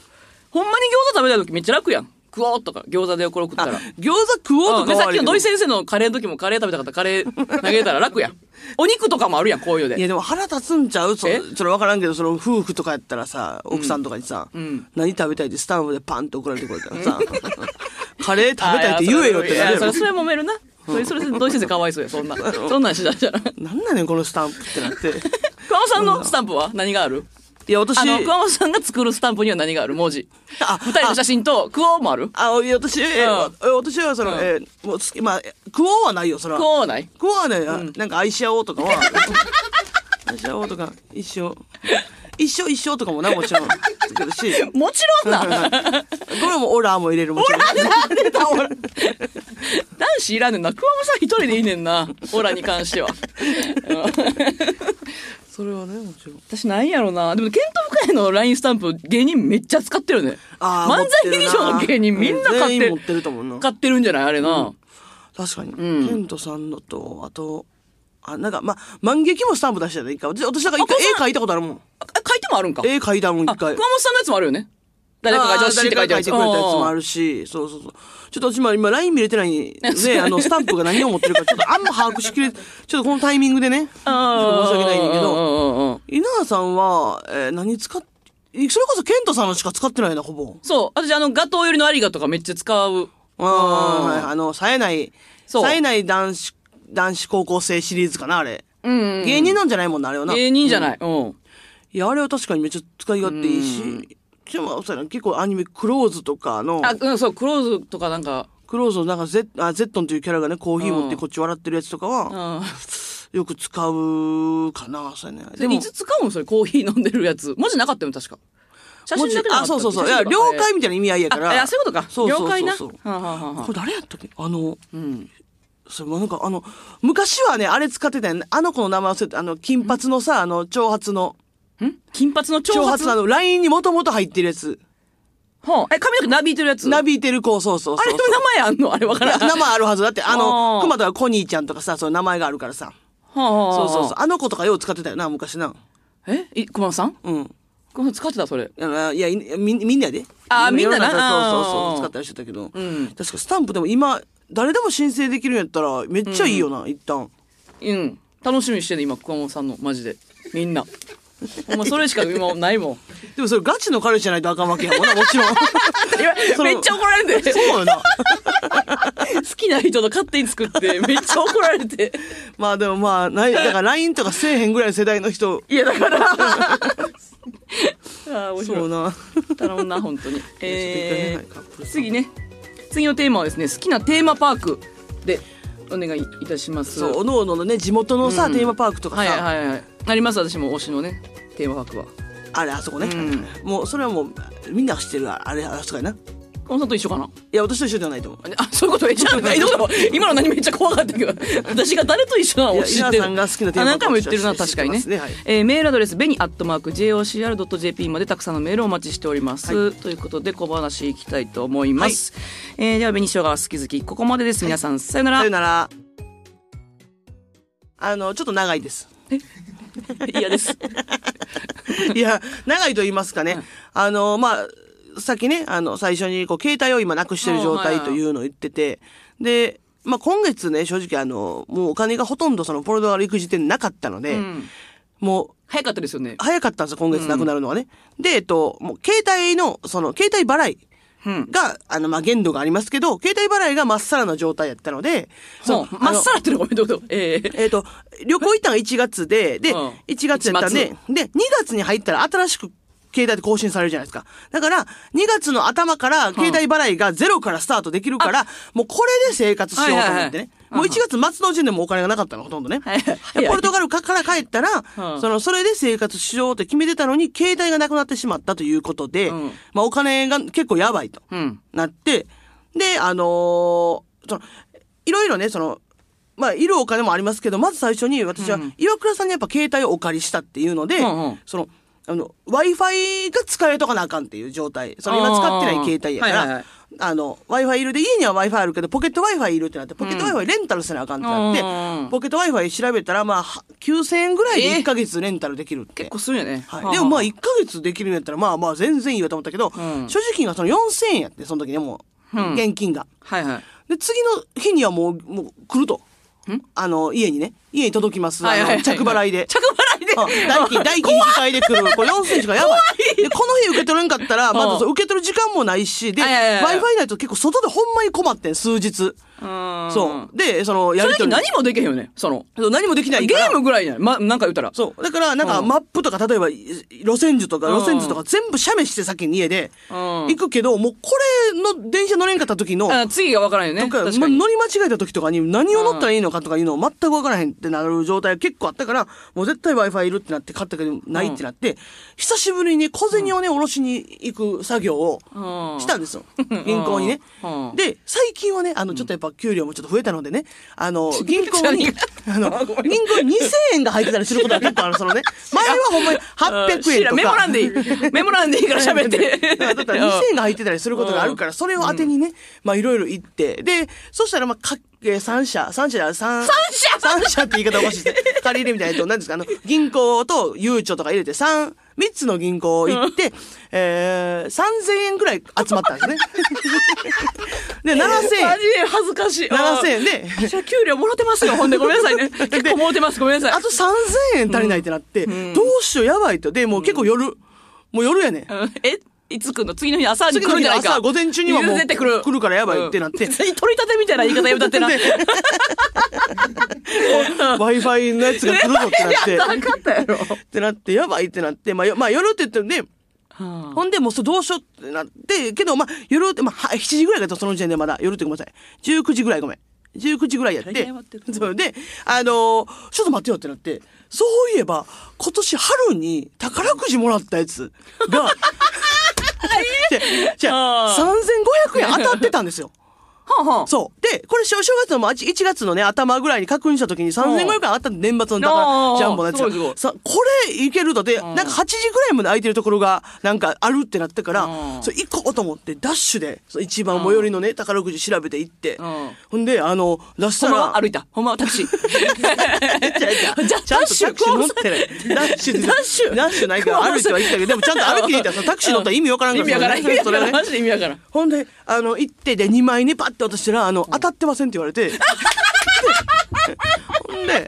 [SPEAKER 1] ほんまに餃子食べたい時めっちゃ楽やん。食おうとか、餃子でこれ食ったら。
[SPEAKER 2] 餃子食おう
[SPEAKER 1] う
[SPEAKER 2] と
[SPEAKER 1] んで
[SPEAKER 2] かは
[SPEAKER 1] さっ
[SPEAKER 2] あ
[SPEAKER 1] き
[SPEAKER 2] れ
[SPEAKER 1] の
[SPEAKER 2] やけど
[SPEAKER 1] 土井先生のカレーの時もカレー食べたかったらカレー投げたら楽やん。 お肉とかもあるやん、こういうの
[SPEAKER 2] いや
[SPEAKER 1] で。
[SPEAKER 2] でも腹立つんちゃうそ
[SPEAKER 1] え
[SPEAKER 2] それ分からんけど、その夫婦とかやったらさ、奥さんとかにさ、何食べたいってスタンプでパンって送られてくれたらさ、 カレー食べたいって言えよ
[SPEAKER 1] あや
[SPEAKER 2] ってないる
[SPEAKER 1] そ
[SPEAKER 2] や
[SPEAKER 1] れ
[SPEAKER 2] ろ
[SPEAKER 1] それ揉めるな。それ、それ、土井先生かわいそうや、そんな。そんなんしだしたら。熊
[SPEAKER 2] なんなねんこのスタンプって なって
[SPEAKER 1] 本さんのスタンプは何がある
[SPEAKER 2] いや私
[SPEAKER 1] あの、熊本さんが作るスタンプには何がある文字。
[SPEAKER 2] あ
[SPEAKER 1] 二人の写真と、クオもある
[SPEAKER 2] あいや私、え
[SPEAKER 1] うん
[SPEAKER 2] わ私はその、
[SPEAKER 1] うん
[SPEAKER 2] えもう好きまあ食おうはないよそれは
[SPEAKER 1] クオはない。
[SPEAKER 2] こうはね、あなんか愛し合おうとかは、 愛し合おうとか、一生、一生一生とかもな、も ちろん。作るし、
[SPEAKER 1] もちろんな男
[SPEAKER 2] これもオラーも入れるもちろん。
[SPEAKER 1] 子いらんねんな。熊本さん一人でいいねんな。オラに関しては。
[SPEAKER 2] それはね、もちろん。
[SPEAKER 1] 私なんやろな。でも、ケント深いの LINE スタンプ、芸人めっちゃ使ってるよね。
[SPEAKER 2] あー
[SPEAKER 1] 漫才劇場の芸人みんな買って
[SPEAKER 2] 持ってるなうん全員持ってると思うな
[SPEAKER 1] 買ってるんじゃないあれな。
[SPEAKER 2] 確かに。ケントさんのと、あと、あ、なんか、ま、万劇もスタンプ出してた、一回。私、私なんか一回絵描いたことあるもん。
[SPEAKER 1] あ書いてもあるんか。
[SPEAKER 2] 絵描いたもん、
[SPEAKER 1] あ、
[SPEAKER 2] 一
[SPEAKER 1] 熊
[SPEAKER 2] 回。
[SPEAKER 1] 本さんのやつもあるよね。誰かが女子って書いて
[SPEAKER 2] あ
[SPEAKER 1] あ
[SPEAKER 2] ー誰かが描い
[SPEAKER 1] る
[SPEAKER 2] てくれたやつもあるし、そうそうそう。ちょっと私も今 LINE 見れてない んで、あの、スタンプが何を持ってるか、ちょっとあんま把握しきれ、ちょっとこのタイミングでね、ちょっと申し訳ないんだけど、
[SPEAKER 1] ど。
[SPEAKER 2] 稲田さんは、えー何使っ、それこそケントさんのしか使ってないな、ほぼ。
[SPEAKER 1] そう。私、あの、ガトー寄りのありがとかめっちゃ使う。
[SPEAKER 2] あーはいあの、冴えない、
[SPEAKER 1] そう
[SPEAKER 2] 冴えない男子、男子高校生シリーズかな、あれ。
[SPEAKER 1] うん。
[SPEAKER 2] 芸人なんじゃないもんな、あれはな。
[SPEAKER 1] 芸人じゃない。うん。
[SPEAKER 2] いや、あれは確かにめっちゃ使い勝手いいし、でも、そうやな結構アニメ、クローズとかの、
[SPEAKER 1] あ、うん、そう、クローズとかなんか、
[SPEAKER 2] クローズのなんかゼッ、あゼットンというキャラがね、コーヒー持っ
[SPEAKER 1] う
[SPEAKER 2] て
[SPEAKER 1] ん
[SPEAKER 2] こっち笑ってるやつとか
[SPEAKER 1] う
[SPEAKER 2] は、
[SPEAKER 1] ん。
[SPEAKER 2] よく使うかな、そうやね。
[SPEAKER 1] で
[SPEAKER 2] でも、
[SPEAKER 1] いつ使うんそれ、コーヒー飲んでるやつ。文字なかったよね、確か。写真だけなか
[SPEAKER 2] あ、
[SPEAKER 1] った
[SPEAKER 2] そうそうそう。いや、
[SPEAKER 1] 写真
[SPEAKER 2] 了
[SPEAKER 1] とか
[SPEAKER 2] 解みたいな意味合いやから。
[SPEAKER 1] あいやそういうことか
[SPEAKER 2] そうそうそうそう
[SPEAKER 1] 了解なはあはあはあはあ
[SPEAKER 2] これ誰やったっけあの、
[SPEAKER 1] ん
[SPEAKER 2] それもなんかあの、昔はね、あれ使ってたよね。あの子の名前忘れて、あの、金髪のさ、あの、長髪の、
[SPEAKER 1] ん金髪の長
[SPEAKER 2] 長
[SPEAKER 1] 髪
[SPEAKER 2] 髪のあの、ラインにもともと入ってるやつ。
[SPEAKER 1] ほうえ、髪の毛なびいてるやつ。
[SPEAKER 2] なびいてる子、そうそう
[SPEAKER 1] あ
[SPEAKER 2] そう
[SPEAKER 1] れ
[SPEAKER 2] そ
[SPEAKER 1] の
[SPEAKER 2] う。
[SPEAKER 1] 名前あんのあれわからん。
[SPEAKER 2] な名前あるはず。だって、あ
[SPEAKER 1] あ
[SPEAKER 2] の、
[SPEAKER 1] ー
[SPEAKER 2] 熊田はコニーちゃんとかさ、そういう名前があるからさ。
[SPEAKER 1] はあはあ
[SPEAKER 2] そ
[SPEAKER 1] は
[SPEAKER 2] う
[SPEAKER 1] あ
[SPEAKER 2] そうそう。。あの子とかよう使ってたよな、昔な。
[SPEAKER 1] えい熊野さん
[SPEAKER 2] うん。
[SPEAKER 1] 熊野さん使ってた、それ。
[SPEAKER 2] あいや、いみみんなやで。
[SPEAKER 1] あーみんなな
[SPEAKER 2] 世の中そうそう
[SPEAKER 1] あ
[SPEAKER 2] そ
[SPEAKER 1] ー
[SPEAKER 2] う。使ったりしてたけど。
[SPEAKER 1] ん
[SPEAKER 2] 確かスタンプでも今、誰でも申請できるんやったら、めっちゃいいよな、一旦。
[SPEAKER 1] うん。楽しみにしてね、今、熊本さんの、マジで。みんな。お前、それしか今ないもん。
[SPEAKER 2] でもそれガチの彼氏じゃないとあかんわけやもんな、もちろん。
[SPEAKER 1] いや
[SPEAKER 2] その
[SPEAKER 1] めっちゃ怒られるで。
[SPEAKER 2] そうよな。
[SPEAKER 1] 好きな人と勝手に作って、めっちゃ怒られて。
[SPEAKER 2] まあでもまあ、ない、だから LINE とかせえへんぐらいの世代の人、
[SPEAKER 1] いや、だから。 ああ、面
[SPEAKER 2] そ
[SPEAKER 1] 白
[SPEAKER 2] う
[SPEAKER 1] い。
[SPEAKER 2] な。
[SPEAKER 1] 頼んな、本当に。え
[SPEAKER 2] ちょっと一回ねカップ
[SPEAKER 1] ー、
[SPEAKER 2] ルさん
[SPEAKER 1] 次ね。次のテーマはですね、好きなテーマパークでお願いいたします。
[SPEAKER 2] そう、おのおののね、地元のさ、テーマパークとかさ、
[SPEAKER 1] はいはいはい。あります、私も推しのね、テーマパークは。
[SPEAKER 2] あれ、あそこね、
[SPEAKER 1] う
[SPEAKER 2] もう、それはもう、みんなが知ってる、あれ、あそこやな。い
[SPEAKER 1] このさんと一緒かな
[SPEAKER 2] や、私と一緒ではないと思う。
[SPEAKER 1] あ、そういうことえ、じゃあ、 えどう だろう今の何めっちゃ怖かったけど、私が誰と一緒なのを知っ
[SPEAKER 2] いや
[SPEAKER 1] て
[SPEAKER 2] 稲
[SPEAKER 1] る。
[SPEAKER 2] 葉さんが好きなテーマ
[SPEAKER 1] あ何回も言ってるな、
[SPEAKER 2] 知ってます
[SPEAKER 1] 確かにね。
[SPEAKER 2] ねはい
[SPEAKER 1] えーメールアドレス、ベニアットマーク、jocr.jp までたくさんのメールをお待ちしております。ということで、小話いきたいと思います。えーでは、紅生姜好き好き、ここまでです。皆さん、さよなら
[SPEAKER 2] さよ。なら。あの、ちょっと長いです。
[SPEAKER 1] 嫌です。
[SPEAKER 2] いや、長いと言いますかね。あの、まあ、さっきね、あの、最初に、こう、携帯を今なくしてる状態というのを言ってて、で、まあ、今月ね、正直あの、もうお金がほとんどその、ポルトガル行く時点なかったので、
[SPEAKER 1] うん
[SPEAKER 2] もう、
[SPEAKER 1] 早かったですよね。
[SPEAKER 2] 早かったんですよ、今月なくなるのはね。で、えっと、もう、携帯の、その、携帯払い
[SPEAKER 1] うん。
[SPEAKER 2] が、あの、まあ、限度がありますけど、携帯払いがまっさらな状態やったので、
[SPEAKER 1] そう。
[SPEAKER 2] あの
[SPEAKER 1] まっさらってるのごめん、どうぞ。 ええ。
[SPEAKER 2] えっ、と、旅行行ったのが1月で、で、
[SPEAKER 1] うん
[SPEAKER 2] 1月やったんで、で、2月に入ったら新しく携帯で更新されるじゃないですか。だから、2月の頭から携帯払いがゼロからスタートできるから、もうこれで生活しようと思って
[SPEAKER 1] はい
[SPEAKER 2] ね。
[SPEAKER 1] はいはい
[SPEAKER 2] もう1月末の時点でもうお金がなかったの、ほとんどね。
[SPEAKER 1] はいはい
[SPEAKER 2] でポルトガルかから帰ったら、
[SPEAKER 1] うん
[SPEAKER 2] その、それで生活しようって決めてたのに、携帯がなくなってしまったということで、
[SPEAKER 1] うん
[SPEAKER 2] まあお金が結構やばいと。
[SPEAKER 1] うん。
[SPEAKER 2] なって、で、あのーその、いろいろね、その、まあ、いるお金もありますけど、まず最初に私は
[SPEAKER 1] うん、
[SPEAKER 2] 岩倉さんにやっぱ携帯をお借りしたっていうので、
[SPEAKER 1] うんうん
[SPEAKER 2] その、あの、Wi-Fi が使えとかなあかんっていう状態。その今使ってない携帯やか
[SPEAKER 1] あーはいはいは
[SPEAKER 2] ら
[SPEAKER 1] い、
[SPEAKER 2] あの、Wi-Fi いるで、家には Wi-Fi あるけど、ポケット Wi-Fi いるってなって、ポケット Wi-Fi レンタルせなあかんってなって、
[SPEAKER 1] うんうん
[SPEAKER 2] ポケット Wi-Fi 調べたら、まあ、は9000円ぐらいで
[SPEAKER 1] えー
[SPEAKER 2] 1ヶ月レンタルできるって。
[SPEAKER 1] 結構するよね。
[SPEAKER 2] はい、でもまあ
[SPEAKER 1] は
[SPEAKER 2] 1ヶ月できるんやったらまあまあ全然いいよと思ったけど、
[SPEAKER 1] ん
[SPEAKER 2] 所持金がその4000円やってその時ねも
[SPEAKER 1] う
[SPEAKER 2] う、
[SPEAKER 1] ん
[SPEAKER 2] 現金が。
[SPEAKER 1] はいはい。
[SPEAKER 2] で次の日にはもうもう来ると
[SPEAKER 1] ん。
[SPEAKER 2] あの家にね家に届きます、
[SPEAKER 1] はいはいはい
[SPEAKER 2] あの着払いで。
[SPEAKER 1] 着払いで
[SPEAKER 2] 大 金、大金引き換えで来る。これ4センチがやばい。で、この日受け取れんかったら、まずそう受け取る時間もないし、で、
[SPEAKER 1] あいやいやいや
[SPEAKER 2] Wi-Fi ないと結構外でほんまに困ってん、数日。
[SPEAKER 1] うん
[SPEAKER 2] そう。で、その、や
[SPEAKER 1] そ
[SPEAKER 2] り
[SPEAKER 1] れだ
[SPEAKER 2] と
[SPEAKER 1] け
[SPEAKER 2] り。
[SPEAKER 1] 何もできへんよね。その。
[SPEAKER 2] そう何もできない
[SPEAKER 1] ゲ
[SPEAKER 2] から
[SPEAKER 1] ームぐらいじゃない。ま、なんか言ったら。
[SPEAKER 2] そう。だから、なんか、
[SPEAKER 1] うん
[SPEAKER 2] マップとか、例えば、い路線図とか、
[SPEAKER 1] うん
[SPEAKER 2] 路線図とか、全部写メして先に家で、
[SPEAKER 1] うん
[SPEAKER 2] 行くけど、もう、これの電車乗れんかった時の、
[SPEAKER 1] あ次がわからんよね。
[SPEAKER 2] とか、
[SPEAKER 1] 確
[SPEAKER 2] ま
[SPEAKER 1] か
[SPEAKER 2] あ
[SPEAKER 1] に。
[SPEAKER 2] 乗り間違えた時とかに、何を乗ったらいいのかとかいうのを全く分からへんってなる状態が結構あったから、もう絶対 Wi-Fi いるってなって、買ったけど、ないってなって、久しぶりに小銭をね、おろしに行く作業を、
[SPEAKER 1] うん
[SPEAKER 2] したんですよ。銀行にね
[SPEAKER 1] うん。
[SPEAKER 2] で、最近はね、あの、ちょっとやっぱ給料もちょっと増えたのでね、あの、銀行に
[SPEAKER 1] めっ、
[SPEAKER 2] あの、銀行に2000円が入ってたりすることが結構ある、そのね、前はほんまに800円と
[SPEAKER 1] 知ら
[SPEAKER 2] か。
[SPEAKER 1] んメモ欄でいい。 メモ欄でいいから喋って。
[SPEAKER 2] だから2000円 が入ってたりすることがあるから、それを当てにね、まあいろいろ行って。で、そしたらまあ、か、えー、3社、三社、三、三
[SPEAKER 1] 社
[SPEAKER 2] 三社って言い方おかしいですね。 借り入れみたいなやつを、何ですか、あの、銀行とゆうちょとか入れて、三、三つの銀行行って、えー、3000円ぐらい集まったんですね。 で、7000
[SPEAKER 1] マ
[SPEAKER 2] 円
[SPEAKER 1] ジ。で恥ずかしい。
[SPEAKER 2] 7000円で、
[SPEAKER 1] うん。社給料もらってますよ、ほんで。ごめんなさい ね。結構もらってます、ごめんなさ
[SPEAKER 2] あ
[SPEAKER 1] い。
[SPEAKER 2] と3000円足りないってなって、どうしよう、やばいと。で、もう結構夜、もう夜やねん。
[SPEAKER 1] うんえいつ来んの次の日朝に
[SPEAKER 2] 次
[SPEAKER 1] 来るん
[SPEAKER 2] の
[SPEAKER 1] じ
[SPEAKER 2] 日
[SPEAKER 1] ゃないか。
[SPEAKER 2] 朝午前中にはもう
[SPEAKER 1] 出てくる。
[SPEAKER 2] 来るからやばいってなって
[SPEAKER 1] うん別に取り立てみたいな言い方やめたってな。
[SPEAKER 2] で Wi-Fi のやつが来るぞってなって、
[SPEAKER 1] やったらあ
[SPEAKER 2] っ
[SPEAKER 1] かった やろ。
[SPEAKER 2] てなって、やばいってなって、まあ、よまあ、夜って言ってもね、
[SPEAKER 1] は
[SPEAKER 2] ほんで、もうそれどうしようってなって、けど、まあ、夜って、まあ、は7時ぐらいだと、その時点でまだ、夜ってごめんなさい。19時ぐらいごめん。19時ぐらいやっ
[SPEAKER 1] 大
[SPEAKER 2] て
[SPEAKER 1] 概終わって。る
[SPEAKER 2] そうで、あのーちょっと待ってよってなって、そういえば、今年春に宝くじもらったやつ が、じゃ
[SPEAKER 1] あ
[SPEAKER 2] あ、3500円当たってたんですよ。
[SPEAKER 1] あはあ
[SPEAKER 2] そう。で、これ、正正月のまあ1月のね、頭ぐらいに確認した時に3500円上がったんで年末のだ
[SPEAKER 1] お
[SPEAKER 2] か
[SPEAKER 1] うおうお
[SPEAKER 2] ら、
[SPEAKER 1] う
[SPEAKER 2] ジャンボのやつ
[SPEAKER 1] すごいすごい
[SPEAKER 2] が。さ、これいけると、で、なんか8時ぐらいまで空いてるところが、なんかあるってなったか
[SPEAKER 1] う
[SPEAKER 2] ら、
[SPEAKER 1] ん
[SPEAKER 2] そう、行こうと思って、ダッシュで、そう一番最寄りのね、宝くじ調べて行って
[SPEAKER 1] うん、
[SPEAKER 2] ほんで、あの、出し
[SPEAKER 1] ほ
[SPEAKER 2] た
[SPEAKER 1] んま
[SPEAKER 2] ら
[SPEAKER 1] は、歩いた。ほんまはタクシー。
[SPEAKER 2] ちゃちゃちゃんとタクシー乗ってない。ダッシュで
[SPEAKER 1] ダッシュ
[SPEAKER 2] ダッシュないから歩いては行ったけど、でもちゃんと歩きに行ったらさ、タクシー乗ったら意味わからん
[SPEAKER 1] 意
[SPEAKER 2] から
[SPEAKER 1] 味わからん。意味わか
[SPEAKER 2] それ
[SPEAKER 1] ら
[SPEAKER 2] は
[SPEAKER 1] ん。
[SPEAKER 2] ね
[SPEAKER 1] マジで意味わからん。
[SPEAKER 2] ほんで、あの、行って、で、2枚にパッて渡したら、あの、当たってませんって言わ れて。でほんで、そんなわ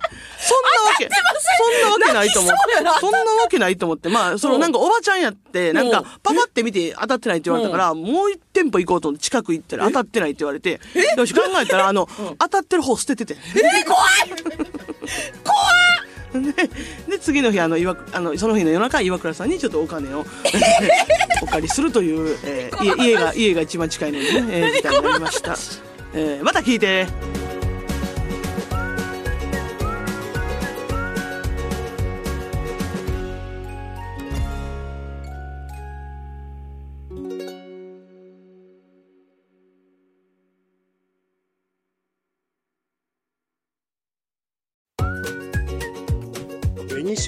[SPEAKER 2] け、そんなわけないと思っ
[SPEAKER 1] 泣きそうやな
[SPEAKER 2] て、そんなわけないと思って、まあ、そのなんかおばちゃんやって、なん
[SPEAKER 1] うん
[SPEAKER 2] か、パパって見て当たってないって言われたから、もう一店舗行こうと思って近く行ったら当たってないって言われて、よし、考えたら、あの、当たってる方捨ててて。
[SPEAKER 1] えー、怖い
[SPEAKER 2] でで次の日あの岩倉あのその日の夜中岩倉さんにちょっとお金を お借りするという、えー家家が家が一番近いのでね、えー時間になりました、えーまた聞いて
[SPEAKER 3] 紅